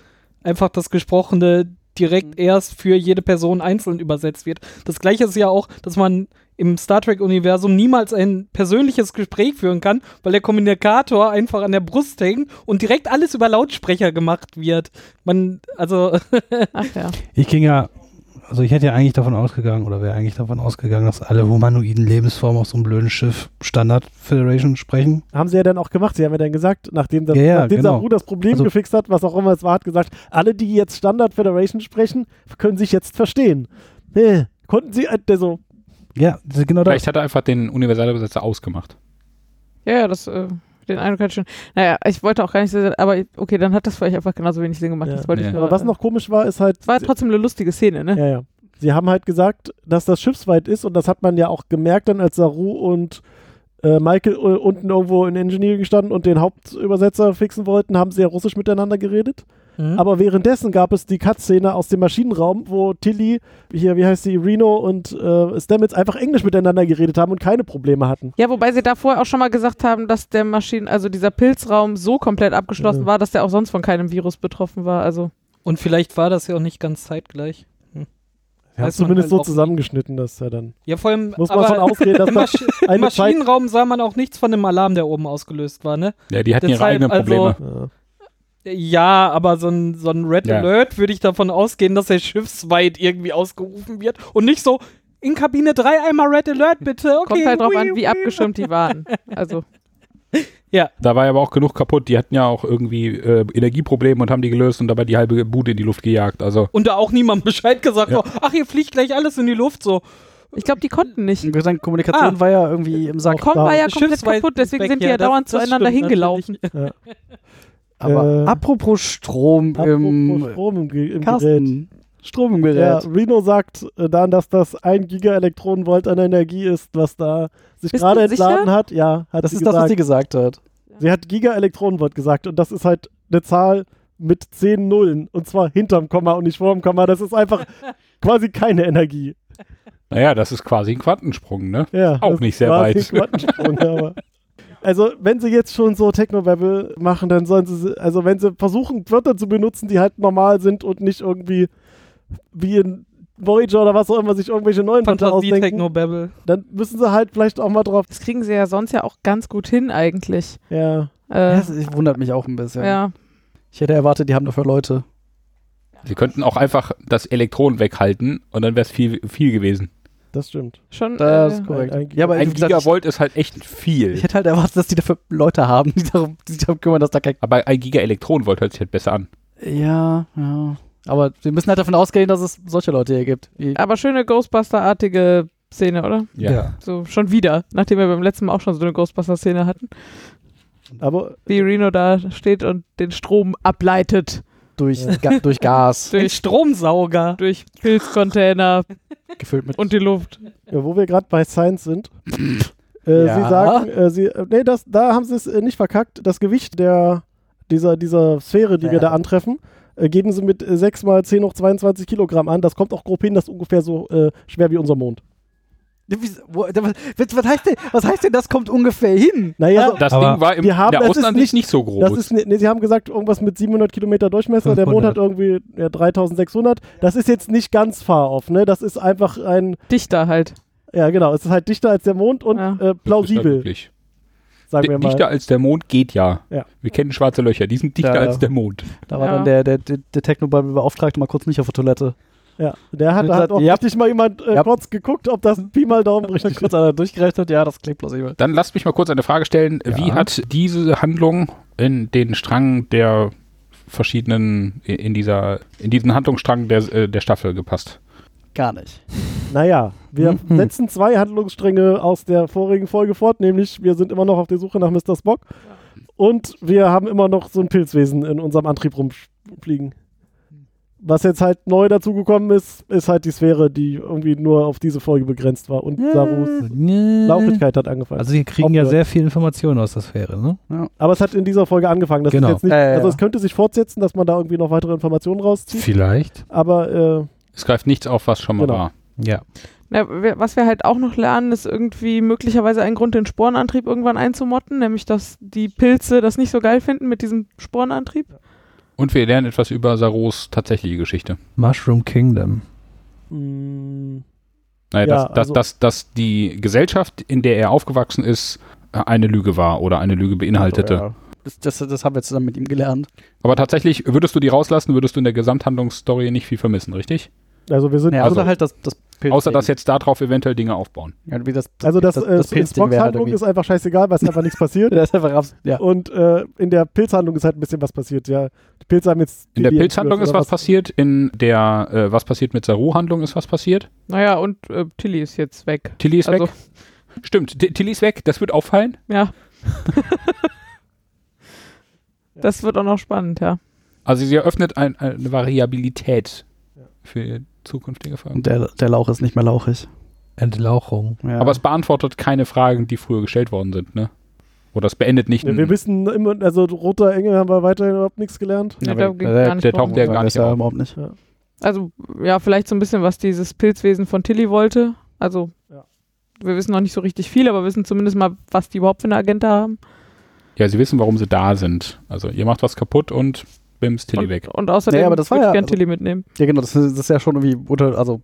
Speaker 2: einfach das Gesprochene direkt erst für jede Person einzeln übersetzt wird. Das gleiche ist ja auch, dass man im Star Trek-Universum niemals ein persönliches Gespräch führen kann, weil der Kommunikator einfach an der Brust hängt und direkt alles über Lautsprecher gemacht wird. Man, also,
Speaker 8: Ach ja.
Speaker 7: Ich ging ja, also ich hätte ja eigentlich davon ausgegangen, oder wäre eigentlich davon ausgegangen, dass alle humanoiden Lebensformen auf so einem blöden Schiff Standard Federation sprechen.
Speaker 4: Haben sie ja dann auch gemacht. Sie haben ja dann gesagt, nachdem, das,
Speaker 7: Ja, ja,
Speaker 4: nachdem
Speaker 7: genau.
Speaker 4: Saru das Problem
Speaker 7: Also-
Speaker 4: gefixt hat, was auch immer es war, hat gesagt, alle, die jetzt Standard Federation sprechen, können sich jetzt verstehen. Hä, Konnten sie, äh, der so,
Speaker 7: Ja, das ist genau das.
Speaker 5: Vielleicht hat er einfach den Universalübersetzer ausgemacht.
Speaker 8: Ja, ja, das, äh, den Eindruck hatte ich schon. Naja, ich wollte auch gar nicht, so- aber ich- okay, dann hat das für euch einfach genauso wenig Sinn gemacht.
Speaker 4: Ja.
Speaker 8: Das wollte
Speaker 5: Ja.
Speaker 8: ich nur,
Speaker 4: aber was
Speaker 8: äh,
Speaker 4: noch komisch war, ist halt,
Speaker 8: Es war trotzdem eine lustige Szene, ne?
Speaker 4: ja, ja. Sie haben halt gesagt, dass das schiffsweit ist und das hat man ja auch gemerkt dann, als Saru und äh, Michael äh, unten irgendwo in Engineering standen und den Hauptübersetzer fixen wollten, haben sie ja russisch miteinander geredet. Aber währenddessen gab es die Cut-Szene aus dem Maschinenraum, wo Tilly, hier, wie heißt sie, Reno und äh, Stamets einfach Englisch miteinander geredet haben und keine Probleme hatten.
Speaker 8: Ja, wobei sie da vorher auch schon mal gesagt haben, dass der Maschinen, also dieser Pilzraum so komplett abgeschlossen
Speaker 4: Ja.
Speaker 8: war, dass der auch sonst von keinem Virus betroffen war. Also
Speaker 2: und vielleicht war das ja auch nicht ganz zeitgleich.
Speaker 4: Wir haben
Speaker 2: Weiß man
Speaker 4: zumindest
Speaker 2: halt
Speaker 4: so
Speaker 2: auch
Speaker 4: zusammengeschnitten, dass er dann.
Speaker 2: Ja, vor allem,
Speaker 4: Muss man
Speaker 2: aber
Speaker 4: schon ausgehen, dass
Speaker 2: im,
Speaker 4: das
Speaker 2: Maschi- im
Speaker 4: eine Zeit.
Speaker 2: Maschinenraum sah man auch nichts von dem Alarm, der oben ausgelöst war, ne?
Speaker 5: Ja, die hatten ihre
Speaker 2: Deshalb,
Speaker 5: eigenen Probleme.
Speaker 2: also-
Speaker 4: Ja.
Speaker 2: Ja, aber so ein, so ein Red
Speaker 5: Ja.
Speaker 2: Alert würde ich davon ausgehen, dass er schiffsweit irgendwie ausgerufen wird und nicht so in Kabine 3 einmal Red Alert bitte. Okay.
Speaker 8: kommt halt drauf an,
Speaker 2: ui,
Speaker 8: wie
Speaker 2: ui.
Speaker 8: abgeschirmt die waren. Also
Speaker 5: Da war ja aber auch genug kaputt. Die hatten ja auch irgendwie äh, Energieprobleme und haben die gelöst und dabei die halbe Bude in die Luft gejagt. Also
Speaker 2: Und da auch niemand Bescheid gesagt,
Speaker 5: Ja.
Speaker 2: so, ach, ihr fliegt gleich alles in die Luft so.
Speaker 8: ich glaube, die konnten nicht.
Speaker 6: Ich würde sagen, Kommunikation
Speaker 2: Ah.
Speaker 6: war ja irgendwie im Sack.
Speaker 8: Komm war ja komplett
Speaker 2: Schiffsweit
Speaker 8: kaputt, deswegen
Speaker 2: weg,
Speaker 8: sind die
Speaker 2: ja,
Speaker 8: ja
Speaker 2: das-
Speaker 8: dauernd
Speaker 2: das
Speaker 8: zueinander
Speaker 2: stimmt
Speaker 8: hingelaufen.
Speaker 6: Aber
Speaker 4: Äh,
Speaker 6: apropos Strom
Speaker 4: Apropos
Speaker 6: im
Speaker 4: Strom im, Ge- im Gerät.
Speaker 6: Ähm, Carsten. Strom im
Speaker 4: Ja,
Speaker 6: Gerät.
Speaker 4: Reno sagt äh, dann, dass das ein Gigaelektronenvolt an Energie ist, was da sich
Speaker 8: Bist
Speaker 4: gerade
Speaker 8: du sicher?
Speaker 4: entladen hat. Ja, hat
Speaker 6: Das
Speaker 4: sie
Speaker 6: ist das,
Speaker 4: gesagt.
Speaker 6: was sie gesagt hat.
Speaker 4: Sie hat Giga-Elektronenvolt gesagt und das ist halt eine Zahl mit 10 Nullen und zwar hinterm Komma und nicht vorm Komma. Das ist einfach quasi keine Energie.
Speaker 5: naja, das ist quasi ein Quantensprung, ne?
Speaker 4: Ja,
Speaker 5: Auch
Speaker 4: das
Speaker 5: nicht sehr
Speaker 4: war ein
Speaker 5: weit.
Speaker 4: Quantensprung, aber. Also, wenn sie jetzt schon so Technobabble machen, dann sollen sie, also wenn sie versuchen, Wörter zu benutzen, die halt normal sind und nicht irgendwie wie in Voyager oder was auch immer sich irgendwelche neuen Wörter
Speaker 2: Fantasie, Techno,
Speaker 4: ausdenken,
Speaker 2: Babble.
Speaker 4: dann müssen sie halt vielleicht auch mal drauf.
Speaker 8: Das kriegen sie ja sonst ja auch ganz gut hin eigentlich.
Speaker 4: Ja,
Speaker 8: Äh,
Speaker 6: Das ist- wundert mich auch ein bisschen.
Speaker 8: ja.
Speaker 6: Ich hätte erwartet, die haben dafür Leute.
Speaker 5: Sie könnten auch einfach das Elektron weghalten und dann wäre es viel, viel gewesen.
Speaker 4: Das stimmt.
Speaker 8: schon.
Speaker 6: Das ist
Speaker 8: äh,
Speaker 6: korrekt.
Speaker 4: Ein- ein-
Speaker 6: ja, aber
Speaker 5: Ein
Speaker 6: wie gesagt, ich,
Speaker 5: Gigavolt ist halt echt viel.
Speaker 6: ich hätte halt erwartet, dass die dafür Leute haben, die, darum, die sich darum kümmern, dass da kein.
Speaker 5: Aber ein Giga-Elektronenvolt hört sich halt besser an.
Speaker 6: Ja, ja. Aber wir müssen halt davon ausgehen, dass es solche Leute hier gibt. Die,
Speaker 8: aber schöne Ghostbuster-artige Szene, oder?
Speaker 7: Ja.
Speaker 8: So, schon wieder, nachdem wir beim letzten Mal auch schon so eine Ghostbuster-Szene hatten,
Speaker 4: Aber
Speaker 8: wie Reno da steht und den Strom ableitet
Speaker 6: durch, Ga durch Gas
Speaker 2: Den
Speaker 8: durch,
Speaker 2: Stromsauger.
Speaker 8: durch Pilzcontainer
Speaker 6: gefüllt mit.
Speaker 8: und die Luft.
Speaker 4: ja, wo wir gerade bei Science sind, äh,
Speaker 6: Ja.
Speaker 4: sie sagen, äh, sie, äh, nee, das, da haben sie es äh, nicht verkackt. Das Gewicht der, dieser, dieser Sphäre, die
Speaker 6: Ja.
Speaker 4: wir da antreffen, äh, geben sie mit äh, 6 mal 10 hoch 22 Kilogramm an. Das kommt auch grob hin, das ist ungefähr so äh, schwer wie unser Mond.
Speaker 6: Wie- wo- Was, was, heißt denn, was heißt denn, das kommt ungefähr hin? Also,
Speaker 4: Naja, so,
Speaker 5: Das
Speaker 7: Aber
Speaker 5: Ding war im,
Speaker 4: wir haben-
Speaker 5: der
Speaker 4: das ist
Speaker 5: Außenansicht nicht,
Speaker 4: nicht-
Speaker 5: nicht so groß.
Speaker 4: Das ist, ne- nee, sie haben gesagt, irgendwas mit 700 Kilometer Durchmesser. Der Mond hat irgendwie ja, 3600. Das ist jetzt nicht ganz far off, ne? Das ist einfach ein,
Speaker 8: Dichter halt.
Speaker 4: ja genau, es ist halt dichter als der Mond und
Speaker 8: Ja.
Speaker 4: äh, plausibel,
Speaker 5: Wirklich.
Speaker 4: sagen wir
Speaker 5: Di-
Speaker 4: mal.
Speaker 5: Dichter als der Mond geht ja.
Speaker 4: Ja.
Speaker 5: Wir kennen schwarze Löcher, die sind dichter
Speaker 6: Ja, ja.
Speaker 5: als der Mond.
Speaker 6: Da war
Speaker 8: Ja.
Speaker 6: dann der, der, der, der Technobubble-Beauftragte mal kurz mich auf der Toilette.
Speaker 4: Ja, der hat,
Speaker 6: Mit
Speaker 4: hat
Speaker 6: Sat-
Speaker 4: auch
Speaker 6: Ja.
Speaker 4: richtig mal jemand äh,
Speaker 6: Ja.
Speaker 4: kurz geguckt, ob das ein Pi mal Daumen richtig ist.
Speaker 6: kurz einer durchgerechnet, ja, das klingt plausibel.
Speaker 5: Dann lasst mich mal kurz eine Frage stellen.
Speaker 6: Ja.
Speaker 5: Wie hat diese Handlung in den Strang der verschiedenen, in dieser, in diesen Handlungsstrang der, äh, der Staffel gepasst?
Speaker 6: Gar nicht.
Speaker 4: Naja, wir
Speaker 6: Mhm.
Speaker 4: setzen zwei Handlungsstränge aus der vorigen Folge fort, nämlich wir sind immer noch auf der Suche nach Mr. Spock und wir haben immer noch so ein Pilzwesen in unserem Antrieb rumfliegen. Was jetzt halt neu dazugekommen ist, ist halt die Sphäre, die irgendwie nur auf diese Folge begrenzt war und Sarus Laufigkeit hat angefangen.
Speaker 7: Also die kriegen ja sehr viel Informationen aus der Sphäre, ne?
Speaker 4: Aber es hat in dieser Folge angefangen. Das
Speaker 7: Genau.
Speaker 4: ist jetzt nicht,
Speaker 6: Ja, ja, ja.
Speaker 4: also es könnte sich fortsetzen, dass man da irgendwie noch weitere Informationen rauszieht,
Speaker 7: Vielleicht.
Speaker 4: aber äh,
Speaker 5: Es greift nichts auf, was schon mal
Speaker 4: Genau.
Speaker 5: war.
Speaker 7: Ja.
Speaker 8: Na, wir- was wir halt auch noch lernen, ist irgendwie möglicherweise ein Grund, den Sporenantrieb irgendwann einzumotten, nämlich dass die Pilze das nicht so geil finden mit diesem Sporenantrieb.
Speaker 5: Und wir lernen etwas über Saros tatsächliche Geschichte.
Speaker 7: Mushroom Kingdom.
Speaker 4: äh,
Speaker 6: Hm.
Speaker 4: mh,
Speaker 5: Naja,
Speaker 4: Ja,
Speaker 5: dass, dass,
Speaker 4: also-
Speaker 5: dass, dass die Gesellschaft, in der er aufgewachsen ist, äh, eine Lüge war oder eine Lüge beinhaltete.
Speaker 6: Also, ja. das, das, das haben wir zusammen mit ihm gelernt.
Speaker 5: Aber tatsächlich, würdest du die rauslassen, würdest du in der Gesamthandlungsstory nicht viel vermissen, richtig?
Speaker 4: Also wir sind
Speaker 6: Ja,
Speaker 5: Also-
Speaker 6: also, oder halt das, das Pilz.
Speaker 5: Außer, dass jetzt darauf eventuell Dinge aufbauen.
Speaker 6: Ja, wie das,
Speaker 4: also das, äh, in
Speaker 6: Pilzding
Speaker 4: Spocks
Speaker 6: wäre halt
Speaker 4: Handlung
Speaker 6: irgendwie-
Speaker 4: ist einfach scheißegal, weil es einfach nichts passiert.
Speaker 6: Das ist einfach abs ja.
Speaker 4: Und äh, in der Pilzhandlung ist halt ein bisschen was passiert. Ja, die Pilze haben jetzt
Speaker 5: In der
Speaker 4: die- die
Speaker 5: Pilzhandlung ist
Speaker 4: entwürfen
Speaker 5: was
Speaker 4: oder
Speaker 5: passiert, in der äh, Was passiert mit Saru-Handlung ist was passiert.
Speaker 8: Naja, und äh, Tilly ist jetzt weg.
Speaker 5: Tilly ist
Speaker 8: also,
Speaker 5: weg. Stimmt, T- Tilly ist weg, das wird auffallen.
Speaker 8: ja. das wird auch noch spannend, ja.
Speaker 5: Also sie eröffnet ein, eine Variabilität für zukünftige Fragen.
Speaker 6: Und der, der Lauch ist nicht mehr lauchig.
Speaker 7: Entlauchung.
Speaker 6: Ja.
Speaker 5: Aber es beantwortet keine Fragen, die früher gestellt worden sind, ne? Oder es beendet nicht
Speaker 4: Ja, wir
Speaker 5: einen-
Speaker 4: wissen immer, also roter Engel haben wir weiterhin überhaupt nichts gelernt.
Speaker 5: Ja,
Speaker 8: Nee,
Speaker 5: aber
Speaker 8: da ging
Speaker 6: der-
Speaker 8: gar nicht
Speaker 5: der
Speaker 8: drum.
Speaker 5: taucht ja gar nicht
Speaker 6: ja
Speaker 5: auf.
Speaker 6: überhaupt nicht.
Speaker 8: Also, ja, vielleicht so ein bisschen, was dieses Pilzwesen von Tilly wollte. Also,
Speaker 4: Ja.
Speaker 8: wir wissen noch nicht so richtig viel, aber wissen zumindest mal, was die überhaupt für eine Agenda haben.
Speaker 5: Ja, sie wissen, warum sie da sind. Also ihr macht was kaputt und bims Tilly
Speaker 8: und,
Speaker 5: weg.
Speaker 8: Und außerdem
Speaker 6: Naja, aber das war
Speaker 8: würde ich
Speaker 6: ja-
Speaker 8: gerne
Speaker 6: also-
Speaker 8: Tilly mitnehmen.
Speaker 6: Ja, genau, das ist, das ist ja schon irgendwie unter, also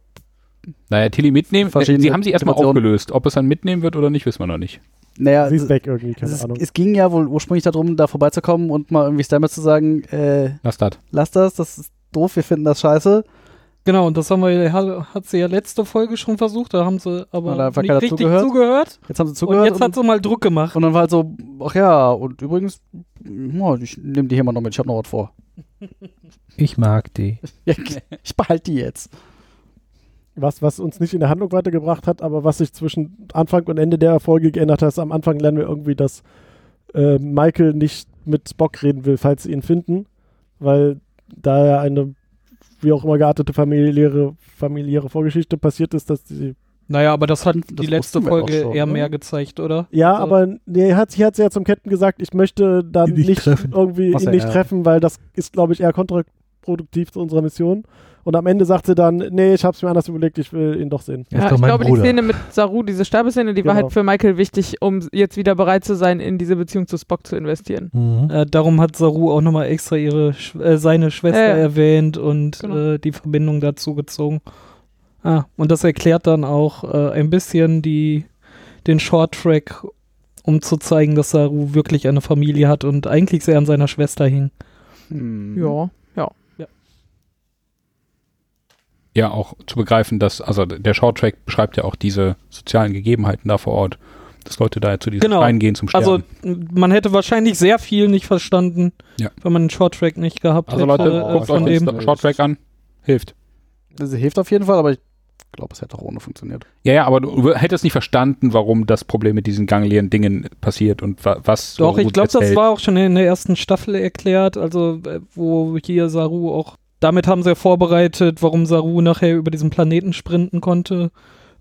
Speaker 5: Naja, Tilly mitnehmen, ne,
Speaker 6: Verschiedene
Speaker 5: sie haben sie erstmal
Speaker 6: Situationen.
Speaker 5: aufgelöst. Ob es dann mitnehmen wird oder nicht, wissen wir noch nicht.
Speaker 6: naja,
Speaker 4: Sie ist
Speaker 6: es,
Speaker 4: weg irgendwie, keine
Speaker 6: es,
Speaker 4: Ahnung.
Speaker 6: es ging ja wohl ursprünglich darum, da vorbeizukommen und mal irgendwie Stamets zu sagen, äh,
Speaker 5: Lass das.
Speaker 6: lass das, das ist doof, wir finden das scheiße.
Speaker 2: Genau, und das haben wir, ha- hat sie ja letzte Folge schon versucht, da haben sie aber
Speaker 6: Hat einfach
Speaker 2: nicht
Speaker 6: keiner
Speaker 2: richtig
Speaker 6: zugehört.
Speaker 2: zugehört.
Speaker 6: Jetzt haben sie
Speaker 2: Und
Speaker 6: zugehört
Speaker 2: jetzt hat sie mal Druck gemacht.
Speaker 6: und dann war halt so, ach ja, und übrigens, ja, ich nehme die hier mal noch mit, ich habe noch was vor.
Speaker 7: Ich mag die.
Speaker 6: Ja, ich behalte die jetzt.
Speaker 4: Was, was uns nicht in der Handlung weitergebracht hat, aber was sich zwischen Anfang und Ende der Folge geändert hat, ist, am Anfang lernen wir irgendwie, dass äh, Michael nicht mit Spock reden will, falls sie ihn finden, weil da ja eine wie auch immer geartete familiäre, familiäre Vorgeschichte passiert ist, dass die
Speaker 2: Naja, aber das hat
Speaker 6: Das
Speaker 2: die letzte
Speaker 6: wussten wir auch
Speaker 2: Folge
Speaker 6: schon,
Speaker 2: eher
Speaker 6: ne?
Speaker 2: mehr gezeigt, oder?
Speaker 4: Ja,
Speaker 2: Also-
Speaker 4: aber nee, hat, sie hat sie ja zum Captain gesagt, ich möchte dann
Speaker 7: Ihn nicht
Speaker 4: nicht,
Speaker 7: treffen.
Speaker 4: irgendwie
Speaker 6: Was
Speaker 4: ihn
Speaker 6: ja,
Speaker 4: nicht
Speaker 6: ja.
Speaker 4: treffen, weil das ist, glaube ich, eher kontraproduktiv zu unserer Mission. Und am Ende sagt sie dann, nee, ich habe es mir anders überlegt, ich will ihn doch sehen.
Speaker 7: Er ist
Speaker 8: ja,
Speaker 7: doch
Speaker 8: ich
Speaker 7: mein
Speaker 8: glaube,
Speaker 7: Bruder.
Speaker 8: die Szene mit Saru, diese Sterbeszene, die war
Speaker 4: Genau.
Speaker 8: halt für Michael wichtig, um jetzt wieder bereit zu sein, in diese Beziehung zu Spock zu investieren.
Speaker 7: Mhm.
Speaker 2: Äh, darum hat Saru auch nochmal extra ihre, Sch- äh, seine Schwester
Speaker 8: Ja, ja.
Speaker 2: erwähnt und
Speaker 8: Genau.
Speaker 2: äh, die Verbindung dazu gezogen. Ah, und das erklärt dann auch äh, ein bisschen die, den Short Track um zu zeigen, dass Saru wirklich eine Familie hat und eigentlich sehr an seiner Schwester hing.
Speaker 6: Mhm.
Speaker 5: Hm.
Speaker 8: Ja, ja.
Speaker 5: ja auch zu begreifen, dass, also der Shorttrack beschreibt ja auch diese sozialen Gegebenheiten da vor Ort, dass Leute da zu diesem
Speaker 2: Genau.
Speaker 5: Stein gehen zum Sterben.
Speaker 2: Also m- man hätte wahrscheinlich sehr viel nicht verstanden,
Speaker 5: Ja.
Speaker 2: wenn man einen Shorttrack nicht gehabt
Speaker 5: Also
Speaker 2: hätte.
Speaker 5: Leute,
Speaker 2: äh,
Speaker 5: guckt
Speaker 2: von
Speaker 5: euch
Speaker 2: dem.
Speaker 5: den Shorttrack an. Hilft.
Speaker 6: Das hilft auf jeden Fall, aber ich glaube, es hätte auch ohne funktioniert.
Speaker 5: Ja, ja, aber du hättest nicht verstanden, warum das Problem mit diesen ganglieren Dingen passiert und wa was.
Speaker 2: Doch, ich
Speaker 5: Ruth
Speaker 2: glaube, das
Speaker 5: erzählt.
Speaker 2: war auch schon in der ersten Staffel erklärt, also äh, wo hier Saru auch. Damit haben sie ja vorbereitet, warum Saru nachher über diesen Planeten sprinten konnte,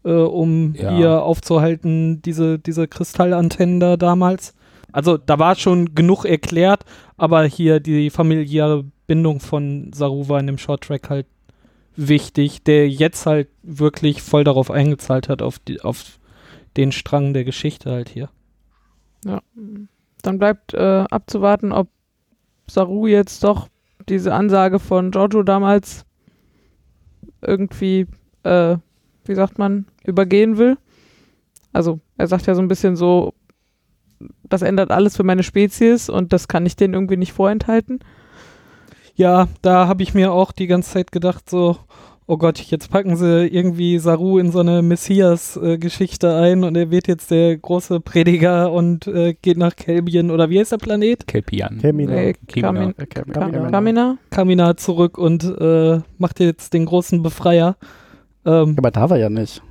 Speaker 2: äh, um
Speaker 5: Ja.
Speaker 2: hier aufzuhalten, diese, diese Kristallantennen da damals. Also da war schon genug erklärt, aber hier die familiäre Bindung von Saru war in dem Shorttrack halt wichtig, der jetzt halt wirklich voll darauf eingezahlt hat, auf, die, auf den Strang der Geschichte halt hier.
Speaker 8: Ja. Dann bleibt äh, abzuwarten, ob Saru jetzt doch diese Ansage von Giorgio damals irgendwie, äh, wie sagt man, übergehen will. Also er sagt ja so ein bisschen so, das ändert alles für meine Spezies und das kann ich denen irgendwie nicht vorenthalten.
Speaker 2: Ja, da habe ich mir auch die ganze Zeit gedacht, so, oh Gott, jetzt packen sie irgendwie Saru in so eine Messias-Geschichte ein und er wird jetzt der große Prediger und äh, geht nach Kelbien oder wie heißt der Planet?
Speaker 5: Kelpian.
Speaker 4: Termina.
Speaker 8: Nee,
Speaker 5: Kamina.
Speaker 8: Kamin,
Speaker 6: Okay,
Speaker 8: Kamina.
Speaker 4: Kamina.
Speaker 8: Kamina?
Speaker 2: Kamina zurück und äh, macht jetzt den großen Befreier. Ähm,
Speaker 6: Aber da war ja nicht.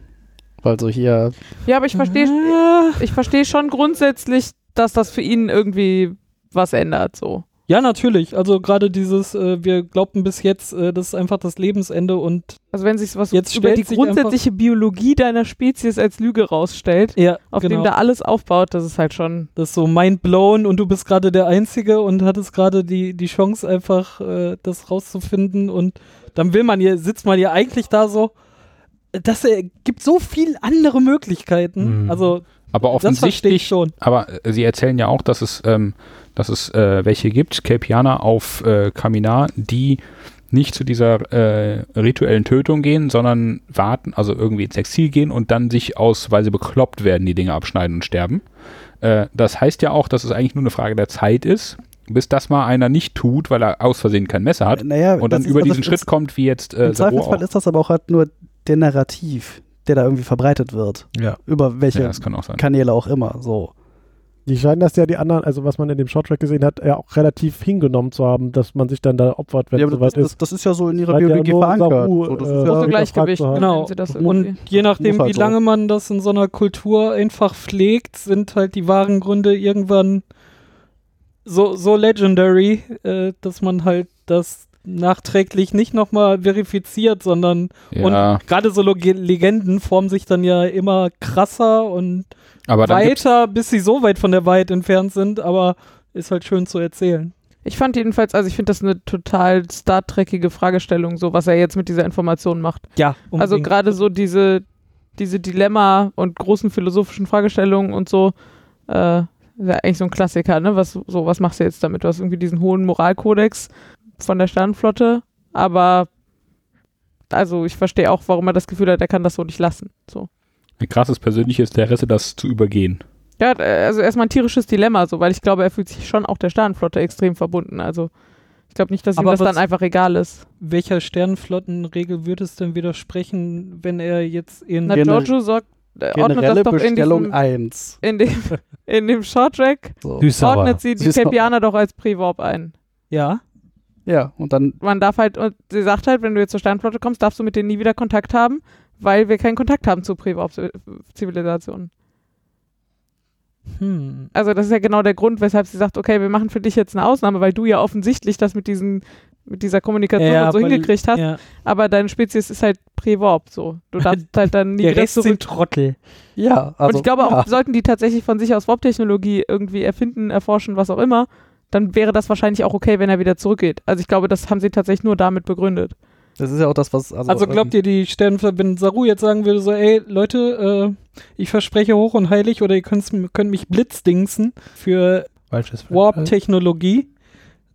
Speaker 6: Weil so hier,
Speaker 8: Ja, aber ich verstehe
Speaker 2: äh,
Speaker 8: ich verstehe schon grundsätzlich, dass das für ihn irgendwie was ändert, so.
Speaker 2: Ja, natürlich. Also gerade dieses, äh, wir glaubten bis jetzt, äh, das ist einfach das Lebensende und
Speaker 8: Also wenn sich was
Speaker 2: Jetzt
Speaker 8: über
Speaker 2: stellt
Speaker 8: die
Speaker 2: sich
Speaker 8: grundsätzliche Biologie deiner Spezies als Lüge rausstellt,
Speaker 2: ja,
Speaker 8: auf
Speaker 2: genau.
Speaker 8: dem da alles aufbaut, das ist halt schon.
Speaker 2: Das ist so mind blown und du bist gerade der Einzige und hattest gerade die, die Chance, einfach äh, das rauszufinden. Und dann will man hier, sitzt man hier eigentlich da so. Das äh, gibt so viel andere Möglichkeiten.
Speaker 7: Mhm.
Speaker 2: Also,
Speaker 5: Aber
Speaker 2: das verstehe ich
Speaker 5: offensichtlich
Speaker 2: schon.
Speaker 5: Aber äh, sie erzählen ja auch, dass es, ähm, dass es äh, welche gibt, Kelpianer auf äh, Kaminar, die nicht zu dieser äh, rituellen Tötung gehen, sondern warten, also irgendwie ins Exil gehen und dann sich aus, weil sie bekloppt werden, die Dinge abschneiden und sterben. Äh, das heißt ja auch, dass es eigentlich nur eine Frage der Zeit ist, bis das mal einer nicht tut, weil er aus Versehen kein Messer hat
Speaker 6: naja,
Speaker 5: und dann
Speaker 6: das ist-
Speaker 5: über
Speaker 6: also
Speaker 5: diesen
Speaker 6: im-
Speaker 5: Schritt kommt, wie jetzt äh,
Speaker 6: Im
Speaker 5: Saru
Speaker 6: Zweifelsfall
Speaker 5: auch.
Speaker 6: ist das aber auch halt nur der Narrativ, der da irgendwie verbreitet wird.
Speaker 7: Ja.
Speaker 6: Über
Speaker 5: Ja,
Speaker 6: welche
Speaker 5: das kann auch sein.
Speaker 6: Kanäle auch immer. So.
Speaker 4: Die scheinen das ja die anderen, also was man in dem Shorttrack gesehen hat, ja auch relativ hingenommen zu haben, dass man sich dann da opfert, wenn
Speaker 6: Ja,
Speaker 4: ja,
Speaker 6: aber
Speaker 4: sowas
Speaker 6: das,
Speaker 4: ist.
Speaker 6: das, das ist ja so in ihrer
Speaker 4: Weil der
Speaker 6: Biologie
Speaker 4: nur
Speaker 6: verankert.
Speaker 4: Saru,
Speaker 6: So, das
Speaker 4: äh,
Speaker 6: ist ja,
Speaker 4: Ja,
Speaker 8: große
Speaker 4: gefragt
Speaker 8: Gleichgewicht,
Speaker 4: zu haben.
Speaker 8: genau.
Speaker 2: Genau.
Speaker 8: Sie das irgendwie.
Speaker 2: Und je nachdem,
Speaker 6: Muss halt
Speaker 2: wie
Speaker 6: so.
Speaker 2: lange man das in so einer Kultur einfach pflegt, sind halt die wahren Gründe irgendwann so, so legendary, äh, dass man halt das nachträglich nicht nochmal verifiziert, sondern
Speaker 5: Ja,
Speaker 2: Und gerade so Loge- Legenden formen sich dann ja immer krasser und
Speaker 5: aber dann gibt's-
Speaker 2: weiter, bis sie so weit von der Wahrheit entfernt sind, aber ist halt schön zu erzählen.
Speaker 8: ich fand jedenfalls, also ich finde das eine total Star Trekige Fragestellung, so was er jetzt mit dieser Information macht.
Speaker 2: Ja, unbedingt.
Speaker 8: Also gerade so diese, diese Dilemma und großen philosophischen Fragestellungen und so, äh, ist ja eigentlich so ein Klassiker, ne? Was, so, was machst du jetzt damit? Du hast irgendwie diesen hohen Moralkodex von der Sternenflotte, aber also ich verstehe auch, warum er das Gefühl hat, er kann das so nicht lassen. So.
Speaker 5: ein krasses persönliches Interesse, das zu übergehen.
Speaker 8: Ja, d- also erstmal ein tierisches Dilemma, so, weil ich glaube, er fühlt sich schon auch der Sternenflotte extrem verbunden. Also ich glaube nicht, dass ihm
Speaker 2: Aber
Speaker 8: das
Speaker 2: was-
Speaker 8: dann einfach egal ist.
Speaker 2: Welcher Sternenflottenregel würde es denn widersprechen, wenn er jetzt in.
Speaker 8: Na,
Speaker 6: Gener-
Speaker 8: Giorgio sagt, äh, ordnet das
Speaker 6: generelle
Speaker 8: doch in,
Speaker 6: Bestellung
Speaker 8: diesem,
Speaker 6: 1.
Speaker 8: in dem, in dem Shorttrack
Speaker 6: So.
Speaker 7: Süßsauer.
Speaker 8: ordnet sie die
Speaker 6: Süß, aber-
Speaker 8: Kelpianer doch als Privorb ein.
Speaker 2: ja,
Speaker 6: Ja, und dann
Speaker 8: Man darf halt, und sie sagt halt, wenn du jetzt zur Sternflotte kommst, darfst du mit denen nie wieder Kontakt haben, weil wir keinen Kontakt haben zu Privorb-Zivilisationen.
Speaker 2: hm.
Speaker 8: Also das ist ja genau der Grund, weshalb sie sagt, okay, wir machen für dich jetzt eine Ausnahme, weil du ja offensichtlich das mit diesen mit dieser Kommunikation
Speaker 2: Ja,
Speaker 8: und so
Speaker 2: weil-
Speaker 8: hingekriegt hast,
Speaker 2: ja.
Speaker 8: aber deine Spezies ist halt Privorb so. Du darfst halt dann nie
Speaker 2: Der
Speaker 8: wieder
Speaker 2: Rest
Speaker 8: zurück.
Speaker 2: sind Trottel.
Speaker 6: ja, also
Speaker 8: und ich glaube
Speaker 6: ja,
Speaker 8: auch, sollten die tatsächlich von sich aus Warp-Technologie irgendwie erfinden, erforschen, was auch immer, dann wäre das wahrscheinlich auch okay, wenn er wieder zurückgeht. Also ich glaube, das haben sie tatsächlich nur damit begründet.
Speaker 6: das ist ja auch das, was also,
Speaker 2: Also glaubt ihr, die Sternenflotte, wenn Saru jetzt sagen würde, so, ey, Leute, äh, ich verspreche hoch und heilig oder ihr könntt's, könnt mich blitzdingsen für
Speaker 7: Falsches Warp
Speaker 2: Warp-Technologie,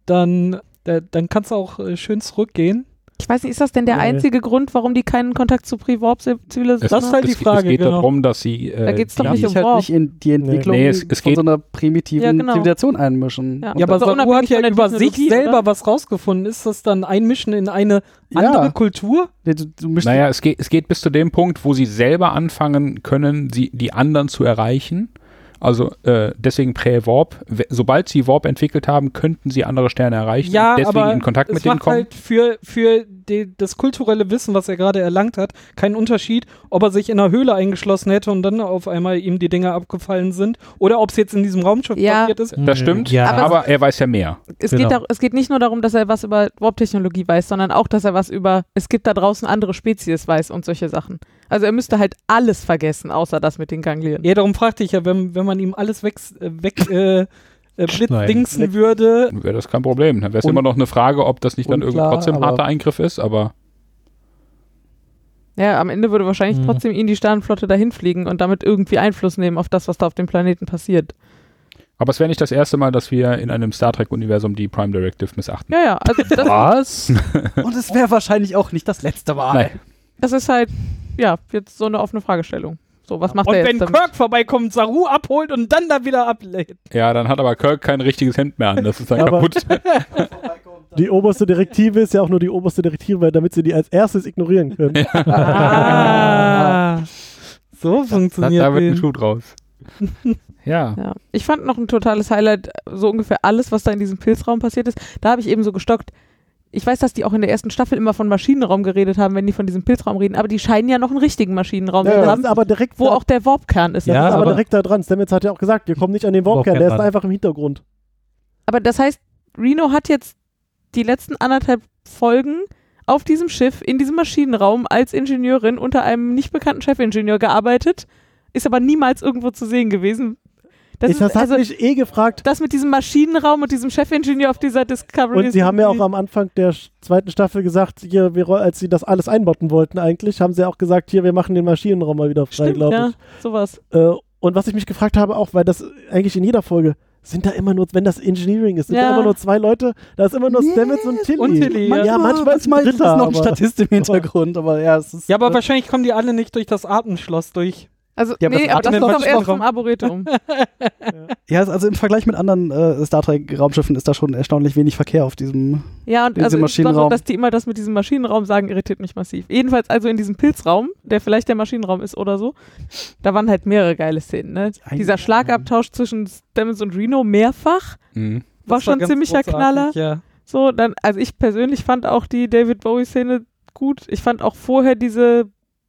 Speaker 2: dann, da, dann kannst du auch äh, schön zurückgehen.
Speaker 8: Ich weiß nicht, ist das denn der
Speaker 4: Nee.
Speaker 8: einzige Grund, warum die keinen Kontakt zu Pre-Warp-Zivilisation
Speaker 5: Es-
Speaker 2: Das ist halt die
Speaker 5: es,
Speaker 2: Frage,
Speaker 5: Es geht
Speaker 2: genau.
Speaker 5: darum, dass sie. Äh,
Speaker 8: Da geht's doch
Speaker 5: die-
Speaker 8: nicht
Speaker 6: sich halt
Speaker 8: Wow.
Speaker 6: nicht in die Entwicklung
Speaker 5: Nee, es- es
Speaker 6: von
Speaker 5: geht-
Speaker 6: so einer primitiven
Speaker 8: Ja, genau.
Speaker 6: Zivilisation einmischen.
Speaker 8: Ja.
Speaker 6: Und
Speaker 2: Ja, aber
Speaker 8: Also
Speaker 2: Saru hat
Speaker 8: unabhängig
Speaker 2: ja
Speaker 8: von der
Speaker 2: über sich
Speaker 8: Technologie,
Speaker 2: selber
Speaker 8: oder?
Speaker 2: was rausgefunden. Ist das dann Einmischen in eine
Speaker 6: Ja.
Speaker 2: andere Kultur?
Speaker 6: nee, du, du mischst
Speaker 5: Naja, es geht, es geht bis zu dem Punkt, wo sie selber anfangen können, sie, die anderen zu erreichen. Also äh, deswegen Prä-Warp. We- Sobald sie Warp entwickelt haben, könnten sie andere Sterne erreichen.
Speaker 2: Ja,
Speaker 5: und deswegen
Speaker 2: aber
Speaker 5: in Kontakt
Speaker 2: es
Speaker 5: mit denen
Speaker 2: macht
Speaker 5: kommen.
Speaker 2: halt für, für die, das kulturelle Wissen, was er gerade erlangt hat, keinen Unterschied, ob er sich in einer Höhle eingeschlossen hätte und dann auf einmal ihm die Dinger abgefallen sind oder ob es jetzt in diesem Raumschiff
Speaker 8: Ja.
Speaker 2: passiert ist.
Speaker 5: das stimmt,
Speaker 7: Mhm. Ja.
Speaker 5: aber,
Speaker 7: Aber-
Speaker 5: er weiß ja mehr.
Speaker 8: Es,
Speaker 7: Genau.
Speaker 8: geht dar- es geht nicht nur darum, dass er was über Warp-Technologie weiß, sondern auch, dass er was über, es gibt da draußen andere Spezies weiß und solche Sachen. Also er müsste halt alles vergessen, außer das mit den Ganglien.
Speaker 2: Ja, darum fragte ich ja, wenn, wenn man ihm alles weg, weg äh, äh,
Speaker 7: Schneiden.
Speaker 2: blitzdingsen würde.
Speaker 5: Wäre das kein Problem. Dann wäre es
Speaker 6: Un-
Speaker 5: immer noch eine Frage, ob das nicht dann irgendwie
Speaker 6: unklar,
Speaker 5: trotzdem ein
Speaker 6: aber-
Speaker 5: harter Eingriff ist, aber
Speaker 8: Ja, am Ende würde wahrscheinlich
Speaker 7: Hm.
Speaker 8: trotzdem ihn die Sternenflotte dahin fliegen und damit irgendwie Einfluss nehmen auf das, was da auf dem Planeten passiert.
Speaker 5: aber es wäre nicht das erste Mal, dass wir in einem Star Trek-Universum die Prime Directive missachten.
Speaker 8: Ja, ja, also das,
Speaker 7: Was?
Speaker 6: Und es wäre wahrscheinlich auch nicht das letzte Mal.
Speaker 5: Nein.
Speaker 8: das ist halt, ja, jetzt so eine offene Fragestellung. So, was macht
Speaker 2: Und
Speaker 8: er
Speaker 2: wenn
Speaker 8: jetzt damit?
Speaker 2: Kirk vorbeikommt, Saru abholt und dann da wieder ablädt.
Speaker 5: Ja, dann hat aber Kirk kein richtiges Hemd mehr an. Das ist dann
Speaker 4: Aber-
Speaker 5: kaputt.
Speaker 4: Die oberste Direktive ist ja auch nur die oberste Direktive, weil damit sie die als erstes ignorieren können.
Speaker 2: Ah. So
Speaker 5: Da,
Speaker 2: funktioniert
Speaker 5: da wird ein
Speaker 2: das.
Speaker 5: Schuh draus. ja.
Speaker 8: Ja. Ich fand noch ein totales Highlight, so ungefähr alles, was da in diesem Pilzraum passiert ist. Da habe ich eben so gestockt. Ich weiß, dass die auch in der ersten Staffel immer von Maschinenraum geredet haben, wenn die von diesem Pilzraum reden, aber die scheinen ja noch einen richtigen Maschinenraum
Speaker 4: Ja,
Speaker 8: zu
Speaker 4: das
Speaker 8: haben,
Speaker 4: ist aber direkt
Speaker 8: wo
Speaker 4: da,
Speaker 8: auch der Warpkern ist.
Speaker 7: Ja,
Speaker 4: das ist aber,
Speaker 7: aber-
Speaker 4: direkt da dran. Stamets hat ja auch gesagt, wir kommen nicht an den Warpkern, der ist
Speaker 7: Warpkern.
Speaker 4: einfach im Hintergrund.
Speaker 8: Aber das heißt, Reno hat jetzt die letzten anderthalb Folgen auf diesem Schiff, in diesem Maschinenraum, als Ingenieurin unter einem nicht bekannten Chefingenieur gearbeitet, ist aber niemals irgendwo zu sehen gewesen. Das
Speaker 4: ich
Speaker 8: ist,
Speaker 4: das hat
Speaker 8: also
Speaker 4: mich eh gefragt.
Speaker 8: das mit diesem Maschinenraum und diesem Chefingenieur auf dieser Discovery
Speaker 4: Und
Speaker 8: ist
Speaker 4: sie haben ja auch
Speaker 8: irgendwie-
Speaker 4: am Anfang der sch- zweiten Staffel gesagt, hier, wir, roll- als sie das alles einbauten wollten eigentlich, haben sie auch gesagt, hier, wir machen den Maschinenraum mal wieder frei,
Speaker 8: Stimmt,
Speaker 4: glaube ich.
Speaker 8: ja, sowas.
Speaker 4: Äh, und was ich mich gefragt habe, auch, weil das eigentlich in jeder Folge sind da immer nur, wenn das Engineering ist, sind
Speaker 8: Ja.
Speaker 4: da immer nur zwei Leute, da ist immer nur
Speaker 6: Nee,
Speaker 4: Stamets und Tilly.
Speaker 2: und Tilly, ja.
Speaker 4: ja, manchmal ist ein
Speaker 6: manchmal ist
Speaker 4: Dritter,
Speaker 6: noch ein
Speaker 4: aber
Speaker 6: Statist im Hintergrund, aber ja, es ist. äh,
Speaker 2: Ja, aber wahrscheinlich kommen die alle nicht durch das Atemschloss durch.
Speaker 8: Also,
Speaker 6: Ja, aber
Speaker 8: nee,
Speaker 6: das
Speaker 8: aber das
Speaker 2: atmet
Speaker 8: kommt doch
Speaker 2: manchmal
Speaker 8: erst
Speaker 2: drauf.
Speaker 8: vom Arboretum.
Speaker 6: Ja, es- also im Vergleich mit anderen äh, Star Trek-Raumschiffen ist da schon erstaunlich wenig Verkehr auf diesem.
Speaker 8: Ja, und
Speaker 6: Diese
Speaker 8: also insbesondere,
Speaker 6: Maschinenraum.
Speaker 8: dass die immer das mit diesem Maschinenraum sagen, irritiert mich massiv. Jedenfalls also in diesem Pilzraum, der vielleicht der Maschinenraum ist oder so, da waren halt mehrere geile Szenen. Ne?
Speaker 6: Ein-
Speaker 8: Dieser Schlagabtausch zwischen Stemmons und Reno mehrfach
Speaker 5: Mhm.
Speaker 8: war
Speaker 2: Das
Speaker 8: schon
Speaker 2: ganz
Speaker 8: ziemlicher
Speaker 2: großartig,
Speaker 8: Knaller.
Speaker 2: Ja.
Speaker 8: So, dann, also ich persönlich fand auch die David Bowie-Szene gut. Ich fand auch vorher diese,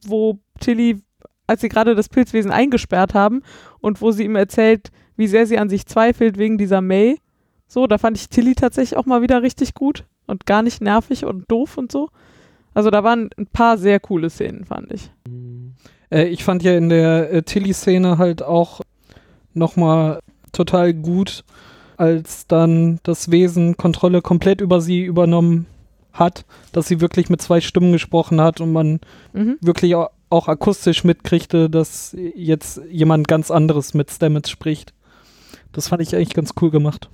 Speaker 8: wo Tilly, als sie gerade das Pilzwesen eingesperrt haben und wo sie ihm erzählt, wie sehr sie an sich zweifelt wegen dieser May. So, da fand ich Tilly tatsächlich auch mal wieder richtig gut und gar nicht nervig und doof und so. Also da waren ein paar sehr coole Szenen, fand ich.
Speaker 2: Äh, ich fand ja in der äh, Tilly-Szene halt auch nochmal total gut, als dann das Wesen Kontrolle komplett über sie übernommen hat, dass sie wirklich mit zwei Stimmen gesprochen hat und man
Speaker 8: Mhm.
Speaker 2: wirklich au- auch akustisch mitkriegte, dass jetzt jemand ganz anderes mit Stamets spricht. Das fand ich eigentlich ganz cool gemacht.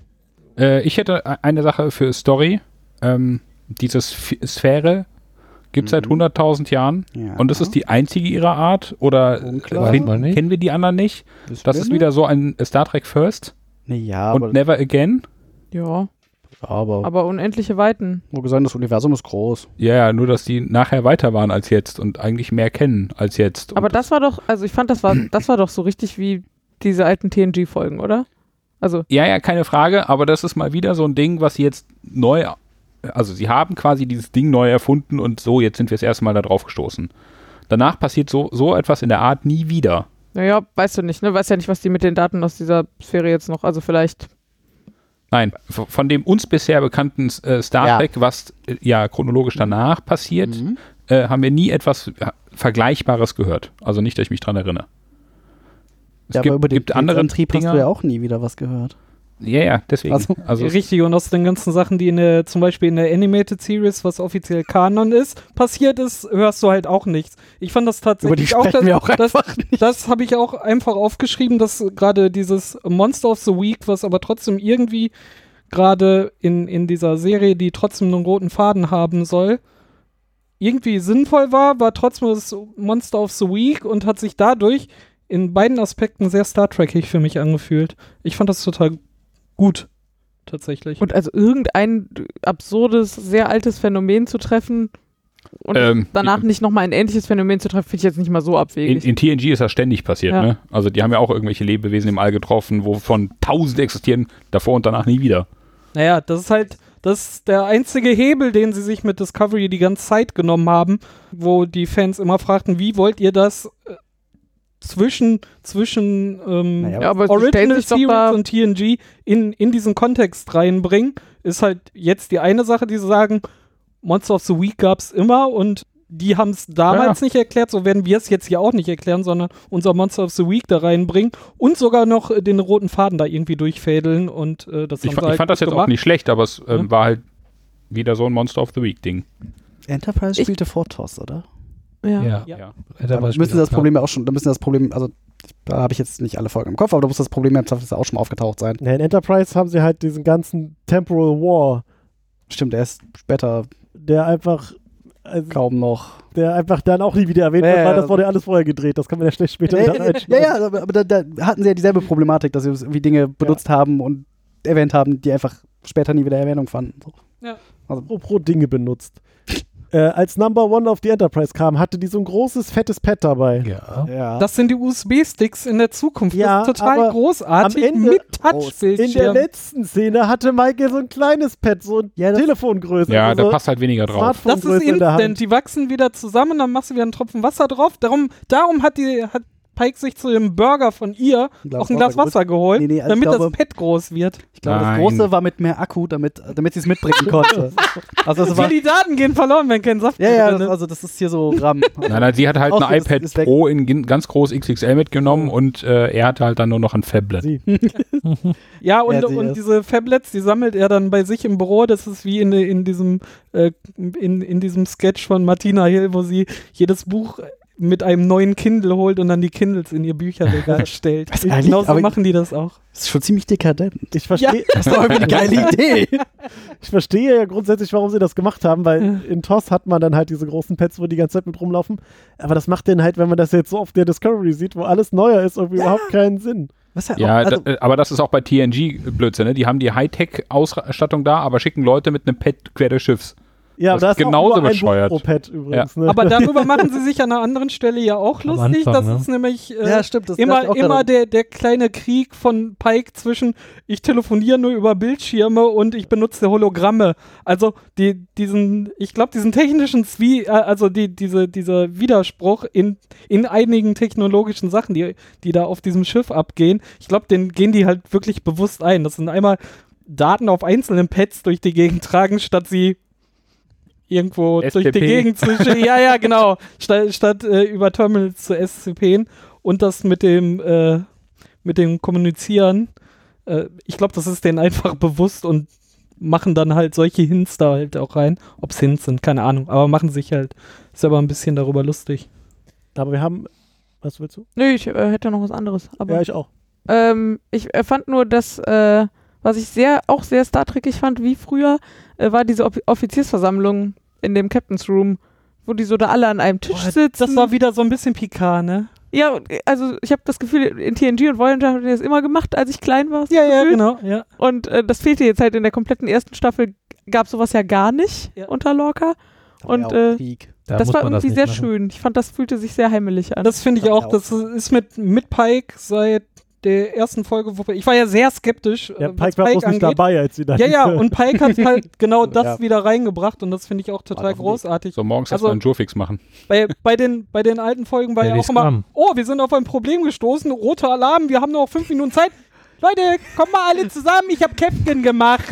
Speaker 5: Äh, ich hätte e- eine Sache für Story. Ähm, diese Sph- Sphäre gibt es seit
Speaker 6: Mhm.
Speaker 5: 100.000 Jahren.
Speaker 6: Ja.
Speaker 5: Und das ist die einzige ihrer Art? Oder
Speaker 6: Unklar.
Speaker 5: kenn-
Speaker 7: Weiß man nicht.
Speaker 5: kennen wir die anderen nicht?
Speaker 6: Das,
Speaker 5: Das ist wieder so ein Star Trek First
Speaker 6: Nee, ja,
Speaker 5: und ne-
Speaker 6: aber,
Speaker 5: Never Again.
Speaker 8: Ja,
Speaker 6: aber,
Speaker 8: aber unendliche Weiten.
Speaker 6: nur gesagt, das Universum ist groß.
Speaker 5: Ja, ja, nur dass die nachher weiter waren als jetzt und eigentlich mehr kennen als jetzt.
Speaker 8: Aber
Speaker 5: und
Speaker 8: das war doch, also ich fand, das war, das war doch so richtig wie diese alten TNG-Folgen, oder? Also,
Speaker 5: Ja, ja, keine Frage, aber das ist mal wieder so ein Ding, was sie jetzt neu, also sie haben quasi dieses Ding neu erfunden und so, jetzt sind wir das erste Mal da drauf gestoßen. Danach passiert so, so etwas in der Art nie wieder.
Speaker 8: Naja, weißt du nicht, ne? Weißt ja nicht, was die mit den Daten aus dieser Sphäre jetzt noch, also vielleicht.
Speaker 5: Nein, v- von dem uns bisher bekannten äh, Star
Speaker 6: Ja.
Speaker 5: Trek, was äh, ja chronologisch danach passiert, äh, haben wir nie etwas äh, Vergleichbares gehört. Also nicht, dass ich mich dran erinnere. Es
Speaker 6: ja,
Speaker 5: gibt,
Speaker 6: aber über den
Speaker 5: gibt andere
Speaker 6: Antrieb hast
Speaker 5: Dinger.
Speaker 6: du ja auch nie wieder was gehört.
Speaker 5: Ja, ja, deswegen.
Speaker 6: Also-
Speaker 5: also es-
Speaker 2: Richtig, und aus den ganzen Sachen, die in der, zum Beispiel in der Animated Series, was offiziell Kanon ist, passiert ist, hörst du halt auch nichts. Ich fand das tatsächlich
Speaker 6: Über die
Speaker 2: auch,
Speaker 6: sprechen
Speaker 2: dass,
Speaker 6: wir auch
Speaker 2: das,
Speaker 6: einfach nicht.
Speaker 2: das habe ich auch einfach aufgeschrieben, dass gerade dieses Monster of the Week, was aber trotzdem irgendwie gerade in, in dieser Serie, die trotzdem einen roten Faden haben soll, irgendwie sinnvoll war, war trotzdem das Monster of the Week und hat sich dadurch in beiden Aspekten sehr Star Trek-ig für mich angefühlt. Ich fand das total gut, tatsächlich.
Speaker 8: Und also irgendein absurdes, sehr altes Phänomen zu treffen und
Speaker 5: Ähm,
Speaker 8: danach nicht nochmal ein ähnliches Phänomen zu treffen, finde ich jetzt nicht mal so
Speaker 5: In,
Speaker 8: abwegig.
Speaker 5: in TNG ist das ständig passiert,
Speaker 8: Ja.
Speaker 5: ne? Also die haben ja auch irgendwelche Lebewesen im All getroffen, wovon tausende existieren, davor und danach nie wieder.
Speaker 2: Naja, das ist halt das ist der einzige Hebel, den sie sich mit Discovery die ganze Zeit genommen haben, wo die Fans immer fragten, wie wollt ihr das äh, zwischen, zwischen ähm,
Speaker 6: Naja,
Speaker 8: ja, aber sie stellen
Speaker 2: Original
Speaker 8: sich doch da,
Speaker 2: Series und TNG in, in diesen Kontext reinbringen, ist halt jetzt die eine Sache, die sie sagen, Monster of the Week gab es immer und die haben es damals nicht erklärt, so werden wir es jetzt hier auch nicht erklären, sondern unser Monster of the Week da reinbringen und sogar noch äh, den roten Faden da irgendwie durchfädeln und äh, das
Speaker 5: Ich,
Speaker 2: haben
Speaker 5: fa-
Speaker 2: sie
Speaker 5: ich
Speaker 2: halt
Speaker 5: fand das jetzt
Speaker 2: gemacht.
Speaker 5: auch nicht schlecht, aber es ähm,
Speaker 2: Ja.
Speaker 5: war halt wieder so ein Monster of the Week-Ding.
Speaker 6: Enterprise
Speaker 8: Ich-
Speaker 6: spielte vor TOS, oder?
Speaker 8: ja.
Speaker 5: Ja.
Speaker 7: Hätte
Speaker 6: Da
Speaker 7: aber
Speaker 6: müssen
Speaker 7: später-
Speaker 6: das Problem ja auch schon, da müssen das Problem, also da habe ich jetzt nicht alle Folgen im Kopf, aber da muss das Problem ja das auch schon mal aufgetaucht sein.
Speaker 4: Ja, in Enterprise haben sie halt diesen ganzen Temporal War,
Speaker 6: Stimmt, der ist später
Speaker 4: der einfach, also
Speaker 6: kaum noch.
Speaker 4: der einfach dann auch nie wieder erwähnt
Speaker 6: Ja,
Speaker 4: wird, weil
Speaker 6: ja.
Speaker 4: das wurde ja alles vorher gedreht. Das kann man ja schlecht später
Speaker 6: Ja,
Speaker 4: wieder
Speaker 6: ja, ja, ja, aber aber da, da hatten sie ja dieselbe Problematik, dass sie irgendwie Dinge benutzt haben und erwähnt haben, die einfach später nie wieder Erwähnung fanden. So.
Speaker 4: Apropos Dinge benutzt. Äh, als Number One auf die Enterprise kam, hatte die so ein großes, fettes Pad dabei.
Speaker 7: Ja.
Speaker 6: Ja.
Speaker 2: Das sind die USB-Sticks in der Zukunft.
Speaker 4: Ja,
Speaker 2: das ist total
Speaker 4: aber
Speaker 2: großartig
Speaker 4: am Ende-
Speaker 2: mit
Speaker 4: In der
Speaker 2: Touchbildschirm.
Speaker 4: letzten Szene hatte Michael so ein kleines Pad, so ein
Speaker 6: Ja, das-
Speaker 4: Telefongröße.
Speaker 5: Ja,
Speaker 4: also
Speaker 5: da
Speaker 4: so
Speaker 5: passt halt weniger drauf.
Speaker 2: Das ist
Speaker 4: Smartphone-Größe in der
Speaker 2: instant.
Speaker 4: Hand.
Speaker 2: Die wachsen wieder zusammen, dann machst du wieder einen Tropfen Wasser drauf. Darum, darum hat, die, hat Pike sich zu dem Burger von ihr
Speaker 6: Ein Glas
Speaker 2: auch ein Glas
Speaker 6: Wasser
Speaker 2: Wasser geholt,
Speaker 6: Nee, nee, also ich
Speaker 2: damit
Speaker 6: glaube-
Speaker 2: das Pad groß wird.
Speaker 6: Ich glaube, das
Speaker 5: Nein.
Speaker 6: große war mit mehr Akku, damit, damit sie es mitbringen konnte. Also das
Speaker 2: Für
Speaker 6: war.
Speaker 2: die Daten gehen verloren, wenn kein Saft
Speaker 6: Ja,
Speaker 2: mehr
Speaker 6: ja,
Speaker 2: drin
Speaker 6: das,
Speaker 2: ist.
Speaker 6: also das ist hier so RAM.
Speaker 5: Nein, nein, sie hatte halt
Speaker 6: Auch
Speaker 5: ein
Speaker 6: hier ist-
Speaker 5: iPad
Speaker 6: ist weg.
Speaker 5: Pro in gin- ganz groß XXL mitgenommen und äh, er hatte halt dann nur noch ein Phablet.
Speaker 4: Sie-
Speaker 2: Ja, und,
Speaker 6: Ja, sie
Speaker 2: und
Speaker 6: ist-
Speaker 2: diese Fablets, die sammelt er dann bei sich im Büro. Das ist wie in, in, diesem, äh, in, in diesem Sketch von Martina Hill, wo sie jedes Buch mit einem neuen Kindle holt und dann die Kindles in ihr Bücherregal stellt.
Speaker 6: Was eigentlich?
Speaker 2: Genau so
Speaker 6: Aber-
Speaker 2: machen die das auch.
Speaker 6: Das ist schon ziemlich dekadent.
Speaker 4: Ich verstehe
Speaker 6: Das ist doch irgendwie eine geile Idee.
Speaker 4: ich verstehe ja grundsätzlich, warum sie das gemacht haben, weil in TOS hat man dann halt diese großen Pads, wo die ganze Zeit mit rumlaufen. Aber das macht denn halt, wenn man das jetzt so auf der Discovery sieht, wo alles neuer ist, irgendwie überhaupt keinen Sinn.
Speaker 6: Was halt
Speaker 5: Ja,
Speaker 2: oh,
Speaker 6: auch, also,
Speaker 5: da, äh, aber das ist auch bei TNG Blödsinn, ne? Die haben die Hightech-Ausstattung da, aber schicken Leute mit einem Pad quer durch Schiffs.
Speaker 4: Ja,
Speaker 5: Das
Speaker 4: aber da
Speaker 5: ist
Speaker 4: ist auch
Speaker 5: genauso
Speaker 4: nur ein
Speaker 5: bescheuert.
Speaker 4: Buch pro Pad übrigens. Ne?
Speaker 2: Aber darüber machen sie sich an einer anderen Stelle ja auch
Speaker 7: Am
Speaker 2: lustig.
Speaker 7: Anfang,
Speaker 2: das
Speaker 7: ne?
Speaker 2: ist nämlich äh,
Speaker 6: Ja, stimmt, das dachte ich
Speaker 2: immer,
Speaker 6: auch
Speaker 2: immer
Speaker 6: gerade.
Speaker 2: der, der kleine Krieg von Pike zwischen ich telefoniere nur über Bildschirme und ich benutze Hologramme. Also die, diesen, ich glaube, diesen technischen Zwie, äh, also die, diese, dieser Widerspruch in, in einigen technologischen Sachen, die, die da auf diesem Schiff abgehen, ich glaube, den gehen die halt wirklich bewusst ein. Das sind einmal Daten auf einzelnen Pads durch die Gegend tragen, statt sie irgendwo durch die
Speaker 5: STP.
Speaker 2: Gegend zu schicken. Ja, ja, genau. Statt, statt äh, über Terminals zu SCPen und das mit dem, äh, mit dem Kommunizieren. Äh, ich glaube, das ist denen einfach bewusst und machen dann halt solche Hints da halt auch rein. Ob es Hints sind, keine Ahnung. Aber machen sich halt selber ein bisschen darüber lustig.
Speaker 4: aber wir haben. Was willst du?
Speaker 8: Nee, ich äh, hätte noch was anderes. Aber
Speaker 4: ja, ich auch.
Speaker 8: Ähm, ich äh, fand nur, dass, äh, was ich sehr, auch sehr Star Trekig fand, wie früher, äh, war diese Ob Offiziersversammlung in dem Captain's Room, wo die so da alle an einem Tisch sitzen.
Speaker 2: Das war wieder so ein bisschen Picard, ne?
Speaker 8: ja, und, äh, also ich habe das Gefühl, in TNG und Voyager haben die das immer gemacht, als ich klein war. so gefühlt.
Speaker 2: genau. Ja.
Speaker 8: Und äh, das fehlte jetzt halt in der kompletten ersten Staffel, gab sowas ja gar nicht
Speaker 2: Ja.
Speaker 8: unter Lorca. Und
Speaker 6: ja,
Speaker 8: äh,
Speaker 6: Krieg.
Speaker 7: Da
Speaker 8: das
Speaker 7: muss
Speaker 8: war
Speaker 7: man
Speaker 8: irgendwie
Speaker 7: nicht
Speaker 8: sehr
Speaker 7: machen.
Speaker 8: schön. Ich fand, das fühlte sich sehr heimelig an.
Speaker 2: Das finde ich
Speaker 6: Ja,
Speaker 2: auch.
Speaker 6: auch.
Speaker 2: Das ist mit, mit Pike seit der ersten Folge, wo ich war ja sehr skeptisch.
Speaker 4: Der
Speaker 2: äh, was
Speaker 4: Pike war bloß nicht
Speaker 2: angeht.
Speaker 4: dabei, als sie da
Speaker 2: Ja, ja, und Pike hat halt genau das
Speaker 6: Ja.
Speaker 2: wieder reingebracht und das finde ich auch
Speaker 6: War
Speaker 2: total
Speaker 6: auf dem Weg.
Speaker 2: großartig.
Speaker 5: So morgens
Speaker 2: Also-
Speaker 5: erstmal einen Jurfix machen.
Speaker 2: Bei, bei, den, bei den alten Folgen war
Speaker 7: Ja,
Speaker 2: ja,
Speaker 7: die
Speaker 2: auch immer,
Speaker 7: Scrum.
Speaker 2: oh, wir sind auf ein Problem gestoßen, roter Alarm, wir haben nur noch fünf Minuten Zeit. Leute, kommt mal alle zusammen, ich habe Captain gemacht.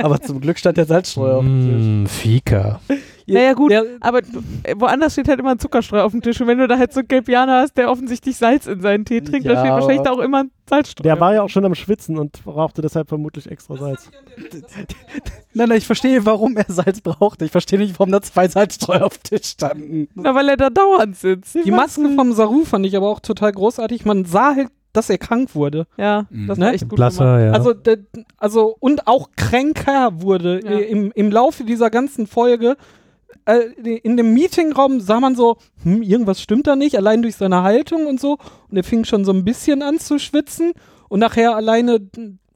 Speaker 6: aber zum Glück stand der Salzstreuer auf dem Tisch.
Speaker 7: Mm, Fika.
Speaker 8: Naja, gut,
Speaker 2: Der,
Speaker 8: aber äh, woanders steht halt immer ein Zuckerstreu auf dem Tisch. Und wenn du da halt so einen Gelbjaner hast, der offensichtlich Salz in seinen Tee trinkt,
Speaker 6: Ja,
Speaker 8: dann steht wahrscheinlich
Speaker 6: aber-
Speaker 8: da auch immer ein Salzstreu.
Speaker 4: der war ja auch schon am Schwitzen und brauchte deshalb vermutlich extra Salz.
Speaker 6: Nein, nein, ich verstehe, warum er Salz brauchte. Ich verstehe nicht, warum da zwei Salzstreuer auf dem Tisch standen.
Speaker 8: Na, weil er da dauernd sitzt.
Speaker 2: die Maske vom Saru fand ich aber auch total großartig. Man sah halt, dass er krank wurde.
Speaker 8: Ja,
Speaker 5: Mhm.
Speaker 8: das war
Speaker 2: Ne?
Speaker 8: echt gut. gemacht.
Speaker 7: Blasser, ja.
Speaker 2: Also, der, also, und auch kränker wurde
Speaker 8: Ja.
Speaker 2: äh, im, im Laufe dieser ganzen Folge. äh, in dem Meetingraum sah man so, hm, irgendwas stimmt da nicht, allein durch seine Haltung und so. Und er fing schon so ein bisschen an zu schwitzen. Und nachher alleine,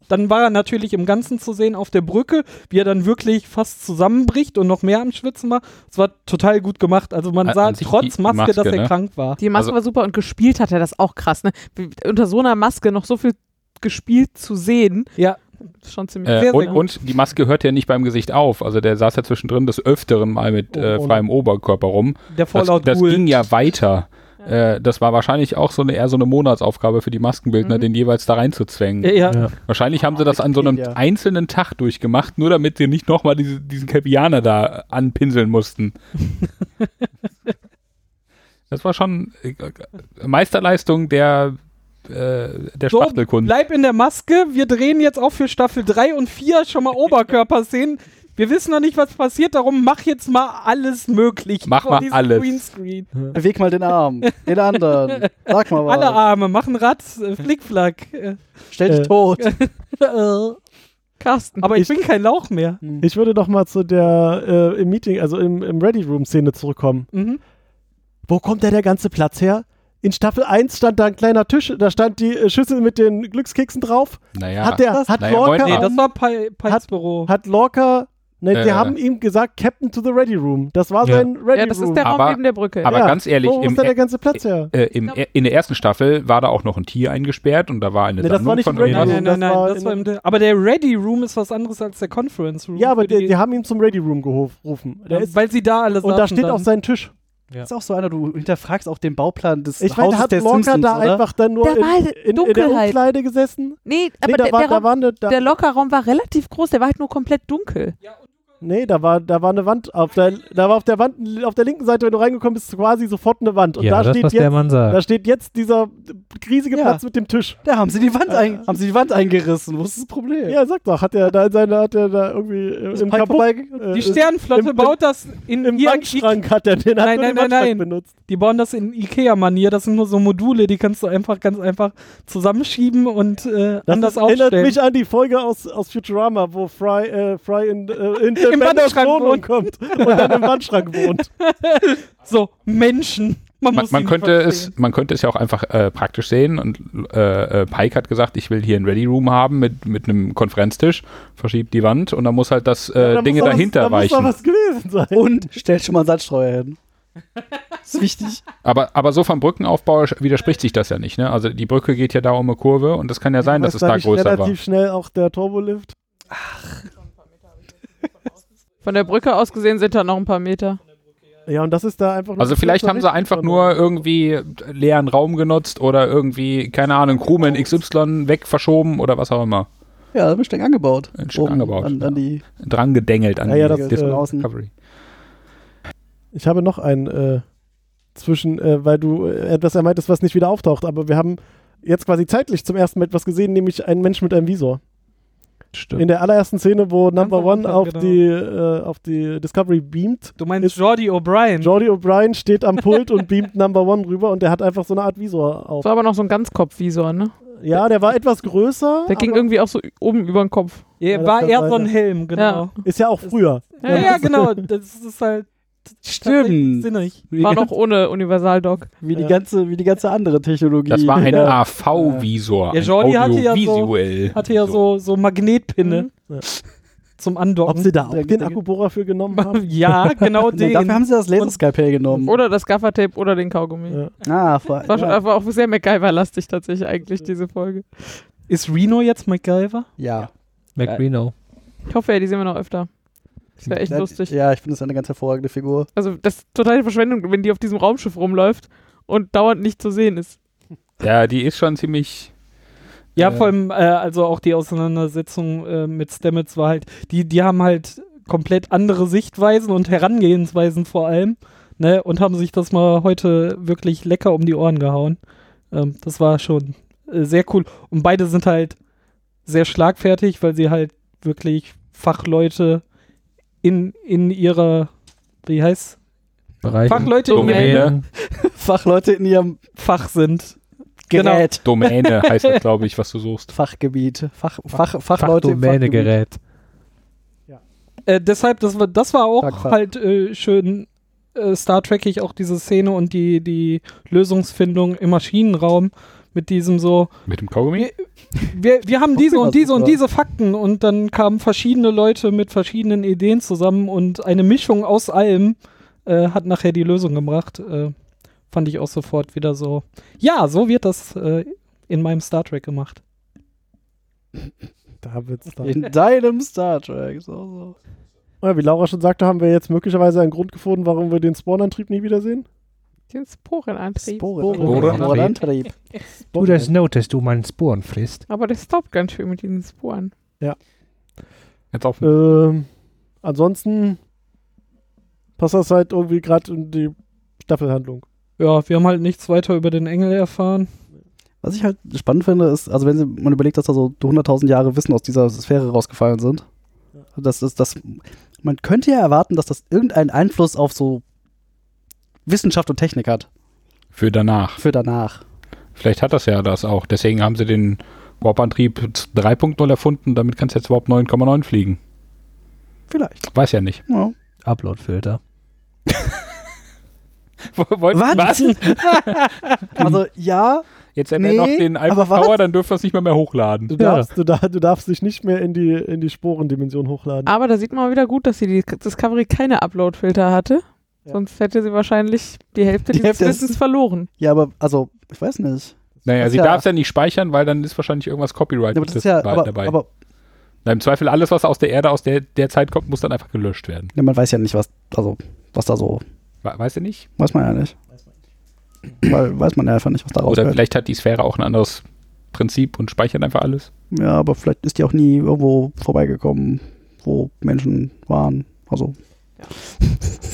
Speaker 2: dann war er natürlich im Ganzen zu sehen auf der Brücke, wie er dann wirklich fast zusammenbricht und noch mehr am Schwitzen war. Es war total gut gemacht. Also man
Speaker 5: An-
Speaker 2: sah
Speaker 5: an Äh, sich
Speaker 2: trotz
Speaker 5: die
Speaker 2: Maske,
Speaker 5: Maske,
Speaker 2: dass er
Speaker 5: ne?
Speaker 2: krank war.
Speaker 8: Die Maske
Speaker 5: Also-
Speaker 8: war super und gespielt hat er das auch krass. Ne? Wie- Unter so einer Maske noch so viel gespielt zu sehen,
Speaker 2: Ja,
Speaker 8: ist schon ziemlich
Speaker 5: Äh,
Speaker 2: Sehr,
Speaker 5: und,
Speaker 2: sehr gut.
Speaker 5: und die Maske hört ja nicht beim Gesicht auf. Also der saß ja zwischendrin des Öfteren mal mit
Speaker 2: Oh,
Speaker 5: äh,
Speaker 2: oh.
Speaker 5: freiem Oberkörper rum.
Speaker 2: der
Speaker 5: Das,
Speaker 2: Fallout
Speaker 5: das
Speaker 2: Ghoul.
Speaker 5: ging ja weiter. Äh, das war wahrscheinlich auch so eine, eher so eine Monatsaufgabe für die Maskenbildner,
Speaker 4: Mhm.
Speaker 5: den jeweils da reinzuzwängen.
Speaker 2: Ja, ja.
Speaker 5: Wahrscheinlich haben sie das an so einem einzelnen Tag durchgemacht, nur damit sie nicht nochmal diese, diesen Kelpianer da anpinseln mussten. das war schon äh, Meisterleistung der, äh, der
Speaker 2: So,
Speaker 5: Spachtelkunst.
Speaker 2: bleib in der Maske. Wir drehen jetzt auch für Staffel 3 und 4 schon mal Oberkörperszenen. Wir wissen noch nicht, was passiert, darum mach jetzt mal alles möglich.
Speaker 5: Mach
Speaker 2: Vor
Speaker 5: mal
Speaker 2: diesem
Speaker 5: alles.
Speaker 2: Greenscreen.
Speaker 6: Weg mal den Arm, den anderen. Sag mal was.
Speaker 2: Alle Arme, mach ein Rad, äh, Flickflack. Äh,
Speaker 6: Stell dich
Speaker 4: Äh.
Speaker 6: tot.
Speaker 2: äh,
Speaker 8: Carsten.
Speaker 2: Aber ich bin kein Lauch mehr.
Speaker 4: Ich würde noch mal zu der äh, im Meeting, also im, im Ready Room Szene zurückkommen.
Speaker 2: Mhm.
Speaker 4: Wo kommt da der ganze Platz her? In Staffel 1 stand da ein kleiner Tisch, da stand die äh, Schüssel mit den Glückskeksen drauf.
Speaker 5: Naja.
Speaker 4: Hat der hat
Speaker 5: Naja,
Speaker 4: Lorca,
Speaker 5: Moment,
Speaker 2: Nee, das war Pe- Peits Büro.
Speaker 4: hat Lorca ne, die
Speaker 5: Äh.
Speaker 4: haben ihm gesagt Captain to the Ready Room. Das war
Speaker 7: Ja.
Speaker 4: sein Ready
Speaker 8: ja, das
Speaker 4: Room.
Speaker 8: ist der Raum
Speaker 5: Aber-
Speaker 8: neben der Brücke.
Speaker 5: aber
Speaker 4: Ja,
Speaker 5: ganz ehrlich,
Speaker 4: Wo
Speaker 5: im,
Speaker 4: ist da der ganze Platz her?
Speaker 5: äh, im, in der ersten Staffel war da auch noch ein Tier eingesperrt und da war eine
Speaker 4: Nee, das war
Speaker 5: Sammlung
Speaker 4: nicht
Speaker 5: von
Speaker 4: im Ready
Speaker 2: nein, nein,
Speaker 5: irgendwas.
Speaker 2: nein,
Speaker 4: das
Speaker 2: nein.
Speaker 4: war
Speaker 2: Das
Speaker 4: in-
Speaker 2: war im, De- aber der Ready Room ist was anderes als der Conference
Speaker 8: Äh,
Speaker 2: Room.
Speaker 4: Ja, aber
Speaker 2: Für
Speaker 4: die, die haben ihn zum Ready Room gerufen. gerufen. Der ist,
Speaker 2: weil sie da alles
Speaker 4: und da steht auch sein Tisch.
Speaker 6: Das ist auch so einer, du hinterfragst auch den Bauplan des
Speaker 4: Ich meine,
Speaker 6: Hauses
Speaker 4: hat
Speaker 6: der
Speaker 4: Lorca
Speaker 6: Simpsons,
Speaker 4: da
Speaker 6: oder?
Speaker 4: einfach dann nur
Speaker 8: Da war
Speaker 4: in,
Speaker 8: halt
Speaker 4: in, in der
Speaker 8: Dunkelheit.
Speaker 4: Umkleide gesessen?
Speaker 8: nee, aber
Speaker 4: Nee, da
Speaker 8: der,
Speaker 4: war,
Speaker 8: der,
Speaker 4: da
Speaker 8: Raum,
Speaker 4: war eine, da,
Speaker 8: der Lockerraum war relativ groß, der war halt nur komplett dunkel.
Speaker 4: nee, da war, da war eine Wand. Auf der, da war auf der Wand, auf der linken Seite, wenn du reingekommen bist, quasi sofort eine Wand. Und
Speaker 7: ja,
Speaker 4: da
Speaker 7: das,
Speaker 4: steht
Speaker 7: was
Speaker 4: jetzt,
Speaker 7: der Mann sagt.
Speaker 4: da steht jetzt dieser riesige
Speaker 6: Ja.
Speaker 4: Platz mit dem Tisch.
Speaker 6: Da haben sie die Wand, ein, haben sie die Wand eingerissen. Wo ist das Problem?
Speaker 4: Ja, sag doch, hat der da in seiner, hat der da irgendwie äh,
Speaker 6: Ist
Speaker 4: im
Speaker 6: Pike
Speaker 4: Kabuff,
Speaker 6: vorbei-
Speaker 4: äh,
Speaker 2: Die Sternflotte
Speaker 4: im-
Speaker 2: baut das in
Speaker 4: im
Speaker 2: ihren-
Speaker 4: Wandschrank hat er den, hat
Speaker 2: Nein,
Speaker 4: nur
Speaker 2: nein,
Speaker 4: den
Speaker 2: nein,
Speaker 4: Wandschrank
Speaker 2: nein.
Speaker 4: benutzt.
Speaker 2: Die bauen das in Ikea-Manier. Das sind nur so Module, die kannst du einfach ganz einfach zusammenschieben und äh,
Speaker 4: Das
Speaker 2: anders
Speaker 4: erinnert
Speaker 2: aufstellen.
Speaker 4: mich an die Folge aus, aus Futurama, wo Fry, äh, Fry in, äh, in der
Speaker 2: Im
Speaker 4: Bandos
Speaker 2: Wandschrank
Speaker 4: Wohnung
Speaker 2: wohnt.
Speaker 4: kommt und dann im Wandschrank wohnt.
Speaker 2: so Menschen. Man,
Speaker 5: Man,
Speaker 2: muss
Speaker 5: man,
Speaker 2: sie
Speaker 5: könnte
Speaker 2: verstehen.
Speaker 5: es, man könnte es ja auch einfach äh, praktisch sehen. Und äh, äh, Pike hat gesagt, ich will hier einen Ready Room haben mit, mit einem Konferenztisch, verschiebt die Wand und dann muss halt das äh,
Speaker 4: Da muss
Speaker 5: Dinge
Speaker 4: doch was-
Speaker 5: dahinter
Speaker 4: da
Speaker 5: weichen.
Speaker 4: Muss doch was gewesen sein.
Speaker 6: Und stellt schon mal einen Sandstreuer hin. Das ist wichtig.
Speaker 5: Aber, aber so vom Brückenaufbau sch- widerspricht sich das ja nicht. Ne? Also die Brücke geht ja da um eine Kurve und es kann ja sein, dass es
Speaker 4: da
Speaker 5: da
Speaker 4: nicht
Speaker 5: größer war.
Speaker 4: relativ schnell auch der Turbolift.
Speaker 8: Von der Brücke aus gesehen sind da noch ein paar Meter.
Speaker 4: Ja, und das ist da einfach. nur-
Speaker 5: Also
Speaker 4: das
Speaker 5: vielleicht
Speaker 4: ist
Speaker 5: haben sie
Speaker 4: richtig
Speaker 5: einfach
Speaker 4: von-
Speaker 5: nur irgendwie leeren Raum genutzt oder irgendwie, keine Ahnung, Crewman XY weg verschoben oder was auch immer.
Speaker 6: Ja, da bin ich angebaut.
Speaker 5: Ein Stück
Speaker 6: Oben
Speaker 5: angebaut,
Speaker 6: An, an
Speaker 5: ja.
Speaker 6: die
Speaker 5: Dran gedengelt an
Speaker 4: Ja, ja,
Speaker 5: die
Speaker 4: das, äh,
Speaker 6: Decke von außen.
Speaker 5: Discovery.
Speaker 4: Ich habe noch ein äh, zwischen, äh, weil du äh, etwas ermeintest, was nicht wieder auftaucht, aber wir haben jetzt quasi zeitlich zum ersten Mal etwas gesehen, nämlich einen Menschen mit einem Visor.
Speaker 7: Stimmt.
Speaker 4: In der allerersten Szene, wo Number
Speaker 2: am
Speaker 4: One
Speaker 2: Anfang,
Speaker 4: auf,
Speaker 2: genau.
Speaker 4: die, äh, auf die Discovery beamt,
Speaker 2: Du meinst Jordi O'Brien.
Speaker 4: Jordi O'Brien steht am Pult und beamt Number One rüber und der hat einfach so eine Art Visor
Speaker 8: Das
Speaker 4: auf.
Speaker 8: war aber noch so ein Ganzkopfvisor, ne?
Speaker 4: Ja, der war etwas größer.
Speaker 8: Der ging
Speaker 4: aber
Speaker 8: irgendwie auch so oben über den Kopf.
Speaker 2: ja,
Speaker 4: das
Speaker 2: war
Speaker 4: kann
Speaker 2: eher
Speaker 4: sein,
Speaker 2: so ein
Speaker 4: ja.
Speaker 2: Helm, genau.
Speaker 4: ist ja auch früher.
Speaker 2: Ja, ja, genau. Das ist halt tatsächlich
Speaker 6: Stimmt.
Speaker 2: sinnig.
Speaker 6: Wie,
Speaker 8: War
Speaker 6: die
Speaker 8: noch ohne Universal-Doc.
Speaker 6: gan- wie, die
Speaker 4: Ja.
Speaker 6: ganze, wie die ganze andere Technologie.
Speaker 5: Das war ein
Speaker 6: Ja.
Speaker 5: AV-Visor.
Speaker 2: Ja, Jordi hatte ja so-
Speaker 5: Audiovisuell.
Speaker 2: Hatte ja so, so Magnetpinne
Speaker 4: Ja.
Speaker 2: zum
Speaker 4: Ob
Speaker 2: Andocken.
Speaker 4: sie da auch
Speaker 6: Der-
Speaker 4: den
Speaker 6: der-
Speaker 4: Akkubohrer für genommen haben?
Speaker 2: ja, genau
Speaker 6: Nee, dafür
Speaker 2: den.
Speaker 6: haben sie das Laserskalpell genommen.
Speaker 8: Oder das Gaffertape oder den Kaugummi.
Speaker 4: Ja.
Speaker 6: Ah, vor,
Speaker 8: War, schon,
Speaker 6: ja.
Speaker 8: war auch sehr MacGyver-lastig tatsächlich eigentlich, diese Folge.
Speaker 2: Ist Reno jetzt MacGyver?
Speaker 6: ja.
Speaker 7: McReno.
Speaker 8: Ich hoffe ja, die sehen wir noch öfter. Das wäre echt
Speaker 6: Ja,
Speaker 8: lustig.
Speaker 6: Ja, ich finde das eine ganz hervorragende Figur.
Speaker 8: Also das ist totale Verschwendung, wenn die auf diesem Raumschiff rumläuft und dauernd nicht zu sehen ist.
Speaker 5: Ja, die ist schon ziemlich.
Speaker 2: Ja,
Speaker 5: Äh,
Speaker 2: vor allem, äh, also auch die Auseinandersetzung äh, mit Stamets war halt, die, die haben halt komplett andere Sichtweisen und Herangehensweisen vor allem, ne, und haben sich das mal heute wirklich lecker um die Ohren gehauen. Ähm, das war schon äh, sehr cool. Und beide sind halt sehr schlagfertig, weil sie halt wirklich Fachleute in, in ihrer, wie heißt
Speaker 7: Bereich.
Speaker 2: Fachleute in ihrem
Speaker 5: Domäne.
Speaker 7: Domäne.
Speaker 6: Fachleute in ihrem
Speaker 2: Fach sind.
Speaker 8: Genau.
Speaker 6: Gerät.
Speaker 5: Domäne heißt das, glaube ich, was du suchst.
Speaker 6: Fachgebiet. Fach, Fach, Fachleute im Fachgebiet.
Speaker 7: Fachdomäne-Gerät.
Speaker 2: Äh, deshalb, das war, das war auch
Speaker 6: Tagfahrt.
Speaker 2: halt äh, schön äh, Star Trek-ig, auch diese Szene und die, die Lösungsfindung im Maschinenraum mit diesem so,
Speaker 5: Mit dem Kaugummi?
Speaker 2: wir, wir haben
Speaker 6: Guck
Speaker 2: diese
Speaker 6: mir
Speaker 2: und
Speaker 6: was
Speaker 2: diese und
Speaker 6: über.
Speaker 2: diese Fakten und dann kamen verschiedene Leute mit verschiedenen Ideen zusammen und eine Mischung aus allem äh, hat nachher die Lösung gebracht. Äh, fand ich auch sofort wieder so. Ja, so wird das äh, in meinem Star Trek gemacht.
Speaker 4: Da haben wir jetzt dann.
Speaker 6: In deinem Star Trek. So, so.
Speaker 4: Ja, wie Laura schon sagte, haben wir jetzt möglicherweise einen Grund gefunden, warum wir den Spawnantrieb nie wiedersehen.
Speaker 8: Den Sporenantrieb.
Speaker 5: Sporenantrieb.
Speaker 6: Sporenantrieb.
Speaker 7: Du das not, dass du meinen Sporen frisst.
Speaker 8: Aber der stoppt ganz schön mit diesen Sporen.
Speaker 5: Jetzt auf
Speaker 2: Äh.
Speaker 4: Ähm, ansonsten passt das halt irgendwie gerade in die Staffelhandlung.
Speaker 2: Ja, wir haben halt nichts weiter über den Engel erfahren.
Speaker 6: Was ich halt spannend finde, ist, also wenn sie- man überlegt, dass da so 100.000 Jahre Wissen aus dieser Sphäre rausgefallen sind, das ist das. Man könnte ja erwarten, dass das irgendeinen Einfluss auf so Wissenschaft und Technik hat
Speaker 5: für danach.
Speaker 6: für danach.
Speaker 5: Vielleicht hat das ja das auch. Deswegen haben sie den Warp-Antrieb 3.0 erfunden. Damit kannst du jetzt Warp 9,9 fliegen.
Speaker 6: Vielleicht.
Speaker 5: Weiß ja nicht.
Speaker 6: Ja.
Speaker 7: Upload-Filter.
Speaker 5: Wollten-
Speaker 6: also ja,
Speaker 5: Jetzt ändern
Speaker 6: Nee,
Speaker 5: noch den Alpha
Speaker 6: aber was?
Speaker 5: Tower, dann dürfen wir es nicht mehr mehr hochladen.
Speaker 4: Du darfst, du, da, du darfst dich nicht mehr in die, in die Sporendimension hochladen.
Speaker 8: Aber da sieht man mal wieder gut, dass sie die Discovery keine Upload-Filter hatte.
Speaker 4: Ja.
Speaker 8: Sonst hätte sie wahrscheinlich die Hälfte
Speaker 6: Die
Speaker 8: dieses
Speaker 6: Hälfte ist-
Speaker 8: Wissens verloren.
Speaker 6: ja, aber also ich weiß nicht.
Speaker 5: Naja,
Speaker 6: Das
Speaker 5: sie
Speaker 6: ja-
Speaker 5: darf es ja nicht speichern, weil dann ist wahrscheinlich irgendwas Copyright
Speaker 6: Ja, aber das ist ja, aber,
Speaker 5: halt dabei.
Speaker 6: aber
Speaker 5: Na, Im Zweifel alles, was aus der Erde aus der, der Zeit kommt, muss dann einfach gelöscht werden.
Speaker 6: ja, man weiß ja nicht, was also was da so
Speaker 5: We- Weißt du nicht?
Speaker 6: weiß man ja nicht. Weil weiß man ja einfach nicht, was da
Speaker 5: Oder
Speaker 6: rauskommt.
Speaker 5: vielleicht hat die Sphäre auch ein anderes Prinzip und speichert einfach alles.
Speaker 6: Ja, aber vielleicht ist die auch nie irgendwo vorbeigekommen, wo Menschen waren. Also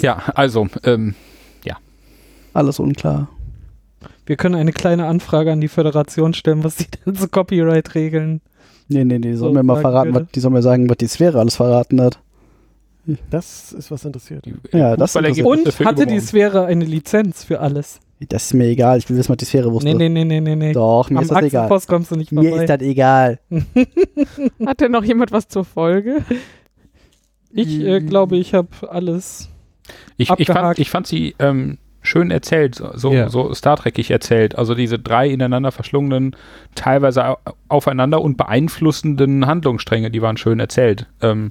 Speaker 5: Ja, also, ähm,
Speaker 6: alles unklar.
Speaker 2: Wir können eine kleine Anfrage an die Föderation stellen, was sie denn zu Copyright-Regeln.
Speaker 6: Nee, nee, nee, die
Speaker 2: So,
Speaker 6: sollen mir mal
Speaker 2: sag
Speaker 6: verraten,
Speaker 2: bitte.
Speaker 6: was, die sollen mir sagen, was die Sphäre alles verraten hat.
Speaker 4: Das ist was interessiert.
Speaker 5: die
Speaker 6: Ja, das
Speaker 5: Fußballergebnisse
Speaker 2: Und
Speaker 5: für
Speaker 2: hatte die
Speaker 5: übermorgen.
Speaker 2: Sphäre eine Lizenz für alles?
Speaker 6: Das ist mir egal, ich will wissen, was die Sphäre wusste.
Speaker 2: Nee, nee, nee, nee, nee, nee.
Speaker 6: Doch, mir
Speaker 2: Am
Speaker 6: ist das egal.
Speaker 2: Achsenpost kommst du nicht
Speaker 6: Mir
Speaker 2: vorbei.
Speaker 6: ist das egal.
Speaker 8: Hat denn noch jemand was zur Folge?
Speaker 2: ich äh, glaube, ich habe alles.
Speaker 5: Ich, ich, fand,
Speaker 2: abgehakt.
Speaker 5: ich fand sie ähm, schön erzählt, so, so,
Speaker 7: Ja.
Speaker 5: so Star Trekig erzählt. Also diese drei ineinander verschlungenen, teilweise au- aufeinander und beeinflussenden Handlungsstränge, die waren schön erzählt. Ähm,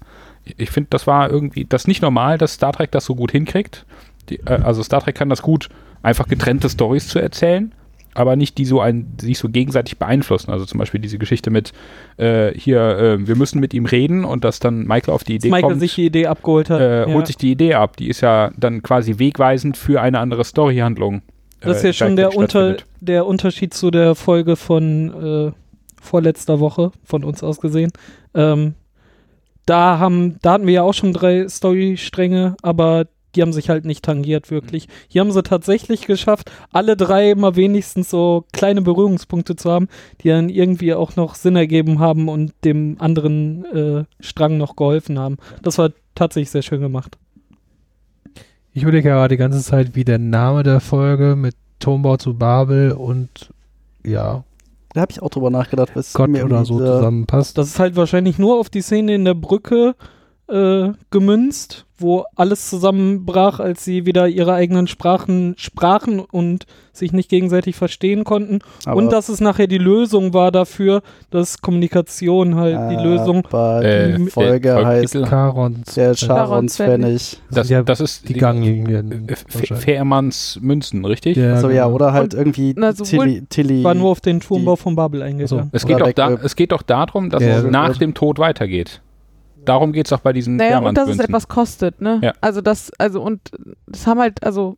Speaker 5: ich finde, das war irgendwie, das ist nicht normal, dass Star Trek das so gut hinkriegt. Die, äh, also Star Trek kann das gut, einfach getrennte Stories zu erzählen. Aber nicht die so ein, die sich so gegenseitig beeinflussen. Also zum Beispiel diese Geschichte mit äh, hier, äh, wir müssen mit ihm reden und dass dann Michael auf die
Speaker 2: Dass
Speaker 5: Idee
Speaker 2: Michael
Speaker 5: kommt
Speaker 2: sich die Idee abgeholt hat.
Speaker 5: äh,
Speaker 2: ja.
Speaker 5: holt sich die Idee ab. Die ist ja dann quasi wegweisend für eine andere Storyhandlung.
Speaker 2: das ist
Speaker 5: äh,
Speaker 2: ja
Speaker 5: die
Speaker 2: schon der,
Speaker 5: gleichzeitig
Speaker 2: Unter,
Speaker 5: stattfindet.
Speaker 2: der Unterschied zu der Folge von äh, vorletzter Woche, von uns aus gesehen. Ähm, da, haben, da hatten wir ja auch schon drei Storystränge, aber die haben sich halt nicht tangiert, wirklich. Hier haben sie tatsächlich geschafft, alle drei mal wenigstens so kleine Berührungspunkte zu haben, die dann irgendwie auch noch Sinn ergeben haben und dem anderen äh, Strang noch geholfen haben. Das war tatsächlich sehr schön gemacht.
Speaker 7: Ich überlege ja gerade die ganze Zeit, wie der Name der Folge mit Turmbau zu Babel und ja,
Speaker 6: Da habe ich auch drüber nachgedacht, bis
Speaker 7: Gott
Speaker 6: mir
Speaker 7: oder
Speaker 6: irgendwie
Speaker 7: so
Speaker 6: dieser-
Speaker 7: zusammenpasst.
Speaker 2: Das ist halt wahrscheinlich nur auf die Szene in der Brücke äh, gemünzt, wo alles zusammenbrach, als sie wieder ihre eigenen Sprachen sprachen und sich nicht gegenseitig verstehen konnten.
Speaker 6: Aber-
Speaker 2: und dass es nachher die Lösung war dafür, dass Kommunikation halt die
Speaker 6: Ah,
Speaker 2: Lösung.
Speaker 6: Aber
Speaker 5: Äh,
Speaker 6: die
Speaker 5: der
Speaker 6: Folge
Speaker 5: Folge-
Speaker 6: heißt
Speaker 7: Charons.
Speaker 6: der
Speaker 8: Charonspfennig.
Speaker 6: Charonspfennig.
Speaker 5: Das,
Speaker 7: ja
Speaker 5: das ist
Speaker 7: die Ganglinien.
Speaker 5: F- F- Fährmanns Münzen, richtig?
Speaker 7: Ja,
Speaker 6: Achso, ja,
Speaker 7: genau.
Speaker 6: oder halt irgendwie
Speaker 8: na, sowohl-
Speaker 6: Tilly, Tilly.
Speaker 2: War nur auf den Turmbau
Speaker 6: die-
Speaker 2: von Babel eingegangen.
Speaker 5: Es,
Speaker 6: Oder
Speaker 5: geht auch
Speaker 6: weg-
Speaker 5: da,
Speaker 6: äh,
Speaker 5: es geht doch darum, dass
Speaker 7: Ja,
Speaker 5: es
Speaker 7: ja.
Speaker 5: nach dem Tod weitergeht. Darum geht es doch bei diesen
Speaker 8: Naja, und dass es
Speaker 5: Fährmannsmünzen.
Speaker 8: etwas kostet, ne?
Speaker 5: Ja.
Speaker 8: Also das, also und das haben halt, also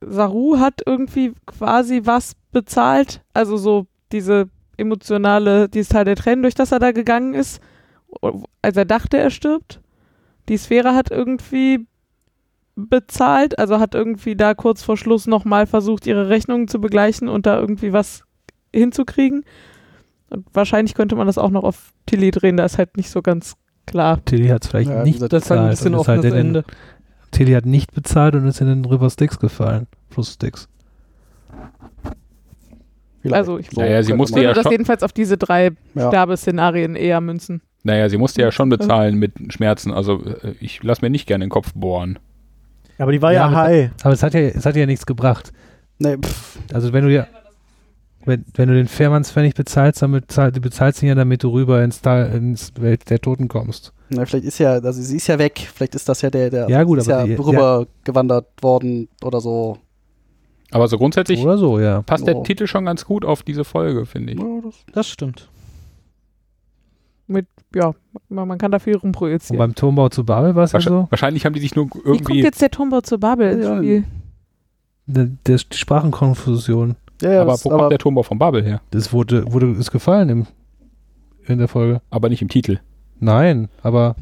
Speaker 8: Saru hat irgendwie quasi was bezahlt, also so diese emotionale, dieses Teil der Tränen, durch das er da gegangen ist, als er dachte, er stirbt. Die Sphäre hat irgendwie bezahlt, also hat irgendwie da kurz vor Schluss nochmal versucht, ihre Rechnungen zu begleichen und da irgendwie was hinzukriegen. Und wahrscheinlich könnte man das auch noch auf Tilly drehen, da ist halt nicht so ganz klar.
Speaker 7: Tilly hat es vielleicht
Speaker 6: Ja,
Speaker 7: nicht
Speaker 6: dieser-
Speaker 2: Das ist halt ein
Speaker 7: bezahlt
Speaker 2: bisschen
Speaker 7: und ist halt
Speaker 2: offenes
Speaker 7: in den-
Speaker 2: Ende.
Speaker 7: Tilly hat nicht bezahlt und ist in den River Styx gefallen. Fluss Styx.
Speaker 6: Vielleicht.
Speaker 8: Also, ich-
Speaker 5: Naja, sie
Speaker 6: könnte
Speaker 5: musste
Speaker 6: man-
Speaker 8: also,
Speaker 5: ja
Speaker 8: würde das
Speaker 5: schon-
Speaker 8: jedenfalls auf diese drei
Speaker 6: Ja.
Speaker 8: Sterbeszenarien eher münzen.
Speaker 5: Naja, sie musste ja schon bezahlen mit Schmerzen. Also äh, ich lasse mir nicht gerne den Kopf bohren.
Speaker 4: Aber die war ja,
Speaker 7: Ja, aber-
Speaker 4: high.
Speaker 7: Aber es hat ja, es hat ja nichts gebracht.
Speaker 6: Nee, pff.
Speaker 7: Also wenn du ja, wenn, wenn du den Fährmannspfennig bezahlst, dann bezahl, du bezahlst ihn ja, damit du rüber ins, Tal, ins Welt der Toten kommst.
Speaker 6: Na, vielleicht ist ja, also sie ist ja weg. Vielleicht ist das ja der, der
Speaker 7: Ja, gut,
Speaker 6: ist
Speaker 7: aber
Speaker 6: ja
Speaker 7: die-
Speaker 6: rübergewandert worden oder so.
Speaker 5: Aber so grundsätzlich
Speaker 7: Oder so, ja.
Speaker 5: passt der
Speaker 6: Oh.
Speaker 5: Titel schon ganz gut auf diese Folge, finde ich.
Speaker 2: Das stimmt.
Speaker 8: Mit, ja, man, man kann da viel
Speaker 7: Und
Speaker 8: rumprojizieren.
Speaker 7: beim Turmbau zu Babel war es ja
Speaker 5: Wahrscheinlich,
Speaker 7: so.
Speaker 5: wahrscheinlich haben die sich nur
Speaker 8: Wie kommt
Speaker 5: irgendwie.
Speaker 8: jetzt der Turmbau zur Babel ins
Speaker 6: Ja,
Speaker 8: Spiel?
Speaker 7: Der, der, die Sprachenkonfusion.
Speaker 6: Ja, ja,
Speaker 5: Aber
Speaker 6: das-
Speaker 5: wo kommt der Turmbau vom Babel her?
Speaker 7: Das wurde, wurde ist gefallen im, in der Folge.
Speaker 5: Aber nicht im Titel.
Speaker 7: Nein, aber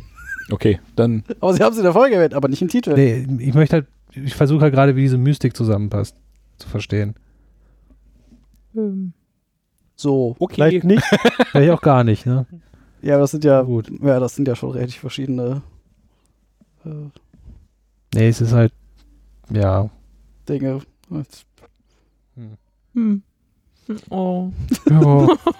Speaker 5: Okay, dann
Speaker 6: aber sie haben sie in der Folge erwähnt, aber nicht im Titel.
Speaker 7: Nee, ich möchte halt, ich versuche halt gerade, wie diese Mystik zusammenpasst, zu verstehen.
Speaker 8: Ähm,
Speaker 6: So.
Speaker 5: okay.
Speaker 4: Vielleicht nicht.
Speaker 7: Vielleicht auch gar nicht, ne?
Speaker 6: Ja, aber das sind ja,
Speaker 7: Gut.
Speaker 6: ja, das sind ja schon relativ verschiedene äh,
Speaker 7: Nee, es ist halt, ja.
Speaker 6: Dinge.
Speaker 8: hm. Oh.
Speaker 7: ja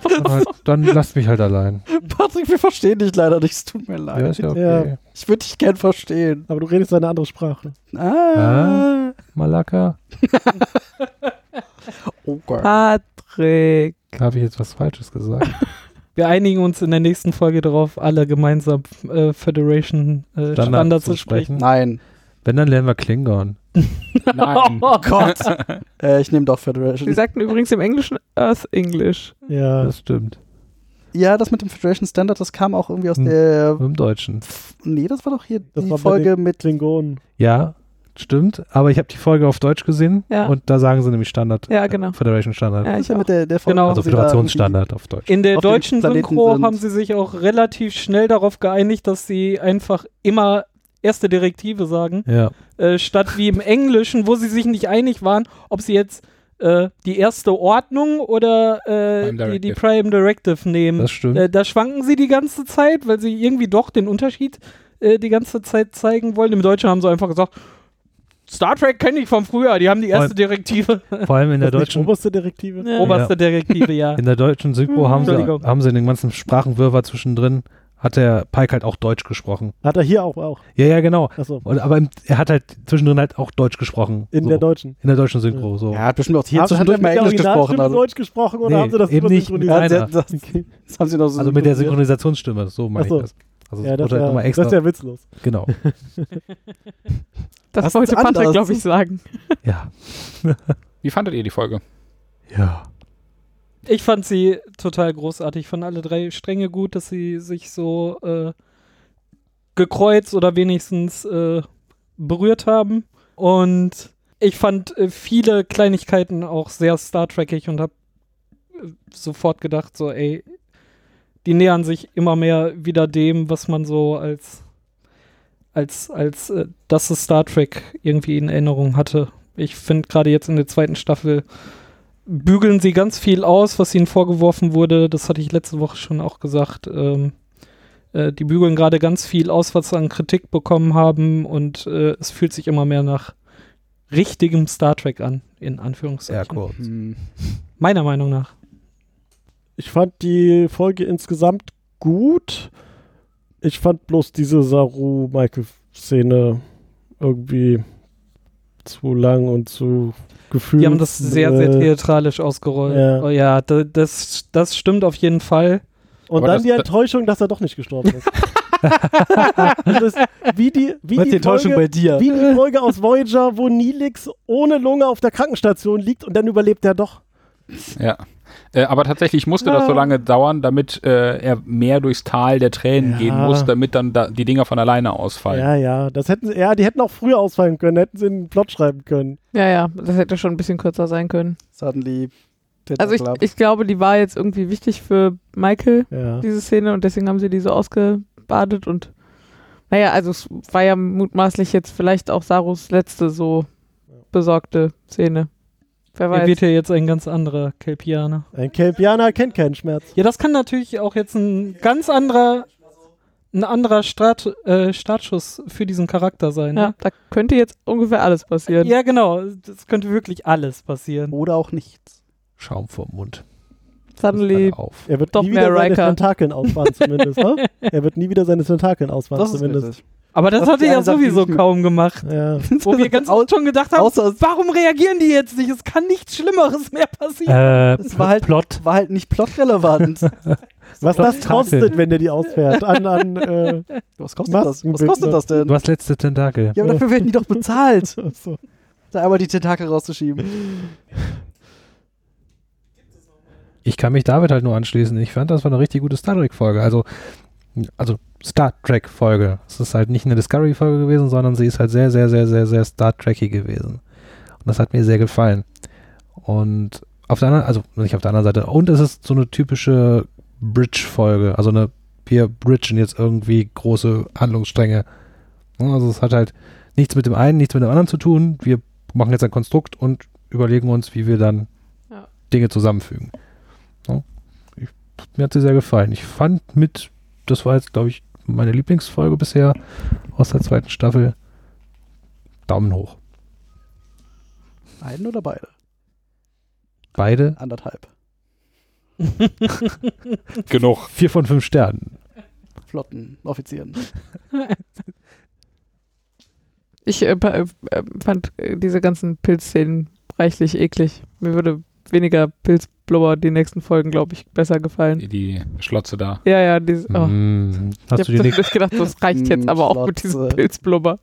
Speaker 7: dann, halt, dann lasst mich halt allein.
Speaker 6: Patrick, wir verstehen dich leider nicht. Es tut mir leid.
Speaker 7: Ja, ist ja
Speaker 4: Ja.
Speaker 7: okay.
Speaker 6: Ich würde dich gern verstehen.
Speaker 4: Aber du redest eine andere Sprache.
Speaker 6: Ah.
Speaker 7: Malaka,
Speaker 6: Oh Gott.
Speaker 8: Patrick.
Speaker 7: habe ich jetzt was Falsches gesagt?
Speaker 2: Wir einigen uns in der nächsten Folge darauf, alle gemeinsam äh, Federation äh, Standard, zu sprechen.
Speaker 6: Nein.
Speaker 7: Wenn, dann lernen wir Klingon.
Speaker 5: Nein.
Speaker 6: Oh Gott. äh, ich nehme doch Federation.
Speaker 8: Sie sagten übrigens im Englischen Earth English.
Speaker 4: Ja.
Speaker 7: Das stimmt.
Speaker 6: Ja, das mit dem Federation Standard, das kam auch irgendwie aus
Speaker 7: Hm.
Speaker 6: der.
Speaker 7: Im Deutschen.
Speaker 6: Nee, das war doch hier
Speaker 4: Das
Speaker 6: die
Speaker 4: war bei
Speaker 6: Folge mit.
Speaker 4: Klingonen.
Speaker 7: Ja, stimmt. Aber ich habe die Folge auf Deutsch gesehen
Speaker 8: Ja.
Speaker 7: und da sagen sie nämlich Standard.
Speaker 8: Ja, genau.
Speaker 7: Föderation Standard.
Speaker 8: Ja,
Speaker 6: Das
Speaker 8: ich
Speaker 6: war
Speaker 8: auch.
Speaker 6: mit der, der Folge
Speaker 2: Genau.
Speaker 6: wo
Speaker 7: Also
Speaker 6: sie da irgendwie-
Speaker 7: Föderationsstandard auf Deutsch.
Speaker 2: In der
Speaker 6: Auf dem
Speaker 2: deutschen
Speaker 6: Planeten
Speaker 2: Synchro
Speaker 6: sind.
Speaker 2: haben sie sich auch relativ schnell darauf geeinigt, dass sie einfach immer erste Direktive sagen,
Speaker 7: Ja.
Speaker 2: äh, statt wie im Englischen, wo sie sich nicht einig waren, ob sie jetzt äh, die erste Ordnung oder äh,
Speaker 5: Prime
Speaker 2: die, die
Speaker 5: Directive.
Speaker 2: Prime Directive nehmen.
Speaker 7: Das stimmt.
Speaker 2: Äh, da schwanken sie die ganze Zeit, weil sie irgendwie doch den Unterschied äh, die ganze Zeit zeigen wollen. Im Deutschen haben sie einfach gesagt, Star Trek kenne ich von früher, die haben die erste
Speaker 7: Voll.
Speaker 2: Direktive,
Speaker 7: Vor allem in der
Speaker 4: Das ist die
Speaker 7: deutschen
Speaker 4: oberste Direktive.
Speaker 8: Ja.
Speaker 2: oberste Direktive, ja.
Speaker 7: In der deutschen
Speaker 4: Hm,
Speaker 7: Synchro haben, sie,
Speaker 2: Entschuldigung.
Speaker 7: haben sie in den ganzen Sprachenwirrwarr zwischendrin, hat der Pike halt auch Deutsch gesprochen.
Speaker 4: Hat er hier auch. auch.
Speaker 7: Ja, ja, genau.
Speaker 4: Achso.
Speaker 7: Und, aber im, er hat halt zwischendrin halt auch Deutsch gesprochen.
Speaker 4: In
Speaker 7: so.
Speaker 4: der deutschen.
Speaker 7: in der deutschen Synchro, so.
Speaker 6: Ja, hat bestimmt auch hier
Speaker 4: Haben-
Speaker 6: zwischendurch
Speaker 4: hat er
Speaker 6: mal
Speaker 4: mit der
Speaker 6: Englisch gesprochen.
Speaker 4: Originalstimme
Speaker 6: Also,
Speaker 4: Deutsch gesprochen oder
Speaker 7: Nee,
Speaker 4: haben sie das
Speaker 7: eben nicht.
Speaker 4: übersynchronisiert?
Speaker 7: Nein,
Speaker 6: Ja, das,
Speaker 4: Okay.
Speaker 6: das haben sie noch so
Speaker 7: also mit der
Speaker 6: synchronisiert.
Speaker 7: Synchronisationsstimme, so meine
Speaker 4: Ach so.
Speaker 7: ich das. Also
Speaker 4: Ja, das,
Speaker 7: wurde halt nochmal
Speaker 4: wär,
Speaker 7: extra.
Speaker 4: das ist ja witzlos.
Speaker 7: genau.
Speaker 8: Das
Speaker 6: Das
Speaker 8: wollte
Speaker 6: ist anders.
Speaker 8: Patrick, glaube ich, sagen.
Speaker 7: Ja.
Speaker 5: Wie fandet ihr die Folge?
Speaker 7: Ja.
Speaker 2: Ich fand sie total großartig. Ich fand alle drei Stränge gut, dass sie sich so äh, gekreuzt oder wenigstens äh, berührt haben. Und ich fand äh, viele Kleinigkeiten auch sehr Star Trekig und habe äh, sofort gedacht, so, ey, die nähern sich immer mehr wieder dem, was man so als als als äh, dass es Star Trek irgendwie in Erinnerung hatte. Ich finde gerade jetzt in der zweiten Staffel bügeln sie ganz viel aus, was ihnen vorgeworfen wurde. Das hatte ich letzte Woche schon auch gesagt. Ähm, äh, die bügeln gerade ganz viel aus, was sie an Kritik bekommen haben und äh, es fühlt sich immer mehr nach richtigem Star Trek an, in
Speaker 7: Sehr
Speaker 2: Anführungszeichen.
Speaker 7: cool.
Speaker 6: Hm.
Speaker 2: Meiner Meinung nach.
Speaker 4: Ich fand die Folge insgesamt gut. Ich fand bloß diese Saru-Michael-Szene irgendwie zu lang und zu gefühlt. Äh,
Speaker 2: Die haben das sehr, sehr theatralisch ausgerollt.
Speaker 4: Hm. Ja.
Speaker 2: Oh, ja da- das, das stimmt auf jeden Fall.
Speaker 4: Und
Speaker 5: Aber
Speaker 4: dann
Speaker 5: das-
Speaker 4: die Enttäuschung, dass er doch nicht gestorben ist. das, wie die, wie
Speaker 6: Was
Speaker 4: die
Speaker 6: die Enttäuschung
Speaker 4: Folge,
Speaker 6: bei dir?
Speaker 4: wie die Folge aus Voyager, wo Nilix ohne Lunge auf der Krankenstation liegt und dann überlebt er doch.
Speaker 5: Ja. Äh, aber tatsächlich musste das so lange dauern, damit äh, er mehr durchs Tal der Tränen
Speaker 4: Ja.
Speaker 5: gehen muss, damit dann da die Dinger von alleine ausfallen.
Speaker 4: Ja, ja, das hätten, sie- ja, die hätten auch früher ausfallen können, hätten sie einen Plot schreiben können.
Speaker 8: Ja, ja, das hätte schon ein bisschen kürzer sein können.
Speaker 6: Suddenly.
Speaker 8: Also ich, ich glaube, die war jetzt irgendwie wichtig für Michael,
Speaker 7: Ne?
Speaker 4: Ja.
Speaker 8: diese Szene, und deswegen haben sie die so ausgebadet und naja, also es war ja mutmaßlich jetzt vielleicht auch Sarus letzte so besorgte Szene. Wer
Speaker 2: Er
Speaker 8: weiß.
Speaker 2: wird ja jetzt ein ganz anderer Kelpianer.
Speaker 4: Ein Kelpianer kennt keinen Schmerz.
Speaker 2: Ja, das kann natürlich auch jetzt ein ganz anderer, ein anderer Start, äh, Startschuss für diesen Charakter sein.
Speaker 8: Ja,
Speaker 2: ne?
Speaker 8: da könnte jetzt ungefähr alles passieren.
Speaker 2: Ja, genau. Das könnte wirklich alles passieren.
Speaker 6: Oder auch nichts.
Speaker 7: Schaum vom Mund.
Speaker 8: Suddenly
Speaker 7: auf.
Speaker 4: Er wird
Speaker 8: Doch
Speaker 4: nie wieder
Speaker 8: mehr
Speaker 4: seine
Speaker 8: Riker.
Speaker 4: Tentakeln ausfahren, zumindest, ne? Er wird nie wieder seine Tentakeln ausfahren,
Speaker 6: Das ist
Speaker 4: zumindest.
Speaker 6: richtig.
Speaker 2: Aber das,
Speaker 6: Das ist
Speaker 2: hatte
Speaker 6: die
Speaker 2: ich ja
Speaker 6: eine Sache, die
Speaker 2: sowieso
Speaker 6: ich mit-
Speaker 2: kaum gemacht.
Speaker 4: Ja.
Speaker 2: Wo wir ganz oft schon gedacht haben,
Speaker 6: Außer
Speaker 2: warum reagieren die jetzt nicht? Es kann nichts Schlimmeres mehr passieren.
Speaker 7: Äh,
Speaker 6: Es war halt-
Speaker 7: Plot.
Speaker 6: es war halt nicht plotrelevant.
Speaker 4: Was das
Speaker 7: Tentakel.
Speaker 4: kostet, wenn der die ausfährt. An, an, äh,
Speaker 6: Was kostet das?
Speaker 4: Maskenbildner.
Speaker 6: Was kostet das denn?
Speaker 7: Du hast letzte Tentakel.
Speaker 6: Ja, aber dafür werden die doch bezahlt,
Speaker 4: so.
Speaker 6: da einmal die Tentakel rauszuschieben.
Speaker 7: Ich kann mich David halt nur anschließen. Ich fand, das war eine richtig gute Star Trek-Folge. Also, also Star Trek-Folge. Es ist halt nicht eine Discovery-Folge gewesen, sondern sie ist halt sehr, sehr, sehr, sehr, sehr Star Trekky gewesen. Und das hat mir sehr gefallen. Und auf der anderen, also nicht auf der anderen Seite, und es ist so eine typische Bridge-Folge. Also eine, wir bridgen jetzt irgendwie große Handlungsstränge. Ne, Also es hat halt nichts mit dem einen, nichts mit dem anderen zu tun. Wir machen jetzt ein Konstrukt und überlegen uns, wie wir dann
Speaker 8: Ja.
Speaker 7: Dinge zusammenfügen. Ne? Ich, mir hat sie sehr gefallen. Ich fand mit, das war jetzt, glaube ich, meine Lieblingsfolge bisher aus der zweiten Staffel. Daumen hoch.
Speaker 6: Einen oder beide?
Speaker 7: Beide
Speaker 6: Anderthalb.
Speaker 5: Genug.
Speaker 7: vier von fünf Sternen.
Speaker 6: Flotten, Offizieren.
Speaker 8: Ich äh, pa- äh, fand äh, diese ganzen Pilzszenen reichlich eklig. Mir würde weniger Pilzblubber die nächsten Folgen, glaube ich, besser gefallen.
Speaker 5: Die, die Schlotze da.
Speaker 8: Ja, ja, diese, oh.
Speaker 7: Mm,
Speaker 8: Ich
Speaker 7: hast,
Speaker 8: habe
Speaker 7: du die nächste,
Speaker 8: zumindest gedacht, das reicht jetzt aber auch mit diesem
Speaker 6: Schlotze.
Speaker 8: Pilzblubber.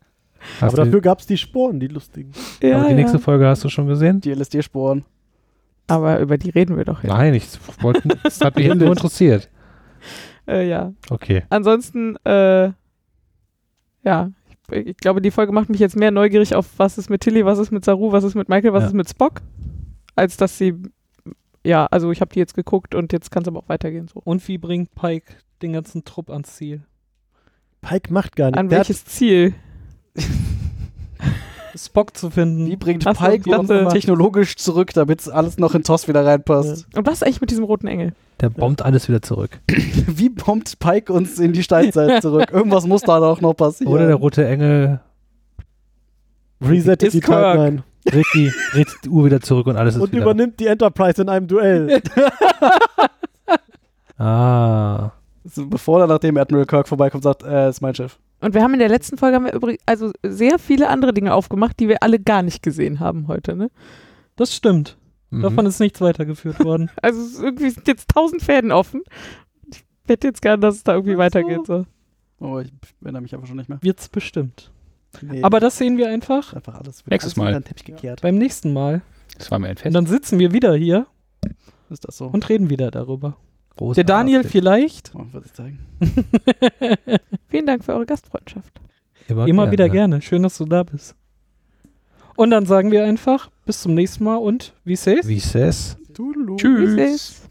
Speaker 7: hast,
Speaker 4: Aber
Speaker 7: du die,
Speaker 4: dafür gab es die Sporen, die lustigen.
Speaker 8: Ja,
Speaker 7: aber die
Speaker 8: ja.
Speaker 7: nächste Folge hast du schon gesehen?
Speaker 6: Die LSD-Sporen.
Speaker 8: aber über die reden wir doch jetzt.
Speaker 7: Nein, ich wollte, das hat mich nur interessiert.
Speaker 8: Äh, ja.
Speaker 7: Okay.
Speaker 8: Ansonsten, äh, ja, ich, ich glaube, die Folge macht mich jetzt mehr neugierig auf, was ist mit Tilly, was ist mit Saru, was ist mit Michael, was
Speaker 7: Ja.
Speaker 8: ist mit Spock, als dass sie, ja, also ich habe die jetzt geguckt und jetzt kann es aber auch weitergehen so.
Speaker 2: Und wie bringt Pike den ganzen Trupp ans Ziel?
Speaker 4: Pike macht gar nichts.
Speaker 8: An
Speaker 4: Der hat-
Speaker 8: welches Ziel?
Speaker 2: Spock zu finden.
Speaker 6: Wie bringt
Speaker 8: Hast du
Speaker 6: Pike
Speaker 8: die
Speaker 6: uns
Speaker 8: ganze-
Speaker 6: technologisch zurück, damit alles noch in TOS wieder reinpasst?
Speaker 8: Und was ist eigentlich mit diesem roten Engel?
Speaker 7: Der bombt alles wieder zurück.
Speaker 6: Wie bombt Pike uns in die Steinzeit zurück? Irgendwas muss da doch noch passieren.
Speaker 7: Oder der rote Engel
Speaker 4: Resettet
Speaker 2: Ist
Speaker 4: die
Speaker 2: Kirk.
Speaker 4: Timeline
Speaker 7: dreht die, dreht die Uhr wieder zurück und alles ist
Speaker 4: und
Speaker 7: wieder.
Speaker 4: übernimmt die Enterprise in einem Duell.
Speaker 7: Ah.
Speaker 6: So, Bevor er nachdem Admiral Kirk vorbeikommt, sagt, äh, ist mein Schiff.
Speaker 8: Und wir haben in der letzten Folge haben wir übrigens also sehr viele andere Dinge aufgemacht, die wir alle gar nicht gesehen haben heute. Ne?
Speaker 2: Das stimmt.
Speaker 7: Mhm.
Speaker 2: Davon ist nichts weitergeführt worden.
Speaker 8: Also es ist irgendwie sind jetzt tausend Fäden offen. Ich hätte jetzt gern, dass es da irgendwie
Speaker 2: Ach so.
Speaker 8: weitergeht. So.
Speaker 6: Oh, ich erinnere mich einfach schon nicht mehr.
Speaker 2: Wird's bestimmt.
Speaker 6: Nee,
Speaker 2: Aber das sehen wir einfach
Speaker 6: einfach alles.
Speaker 5: Nächstes
Speaker 6: alles unter
Speaker 5: Mal.
Speaker 6: den Teppich gekehrt.
Speaker 2: beim nächsten Mal.
Speaker 5: Das war mir ein
Speaker 2: Und
Speaker 5: Fest.
Speaker 2: dann sitzen wir wieder hier
Speaker 6: Ist das so?
Speaker 2: und reden wieder darüber.
Speaker 7: Mhm. Großartig.
Speaker 2: Der Daniel vielleicht.
Speaker 6: Oh, würde ich sagen.
Speaker 8: Vielen Dank für eure Gastfreundschaft.
Speaker 2: Immer wieder
Speaker 7: ne?
Speaker 2: gerne. Schön, dass du da bist. Und dann sagen wir einfach bis zum nächsten Mal und wie says?
Speaker 7: Wie says?
Speaker 8: Tschüss.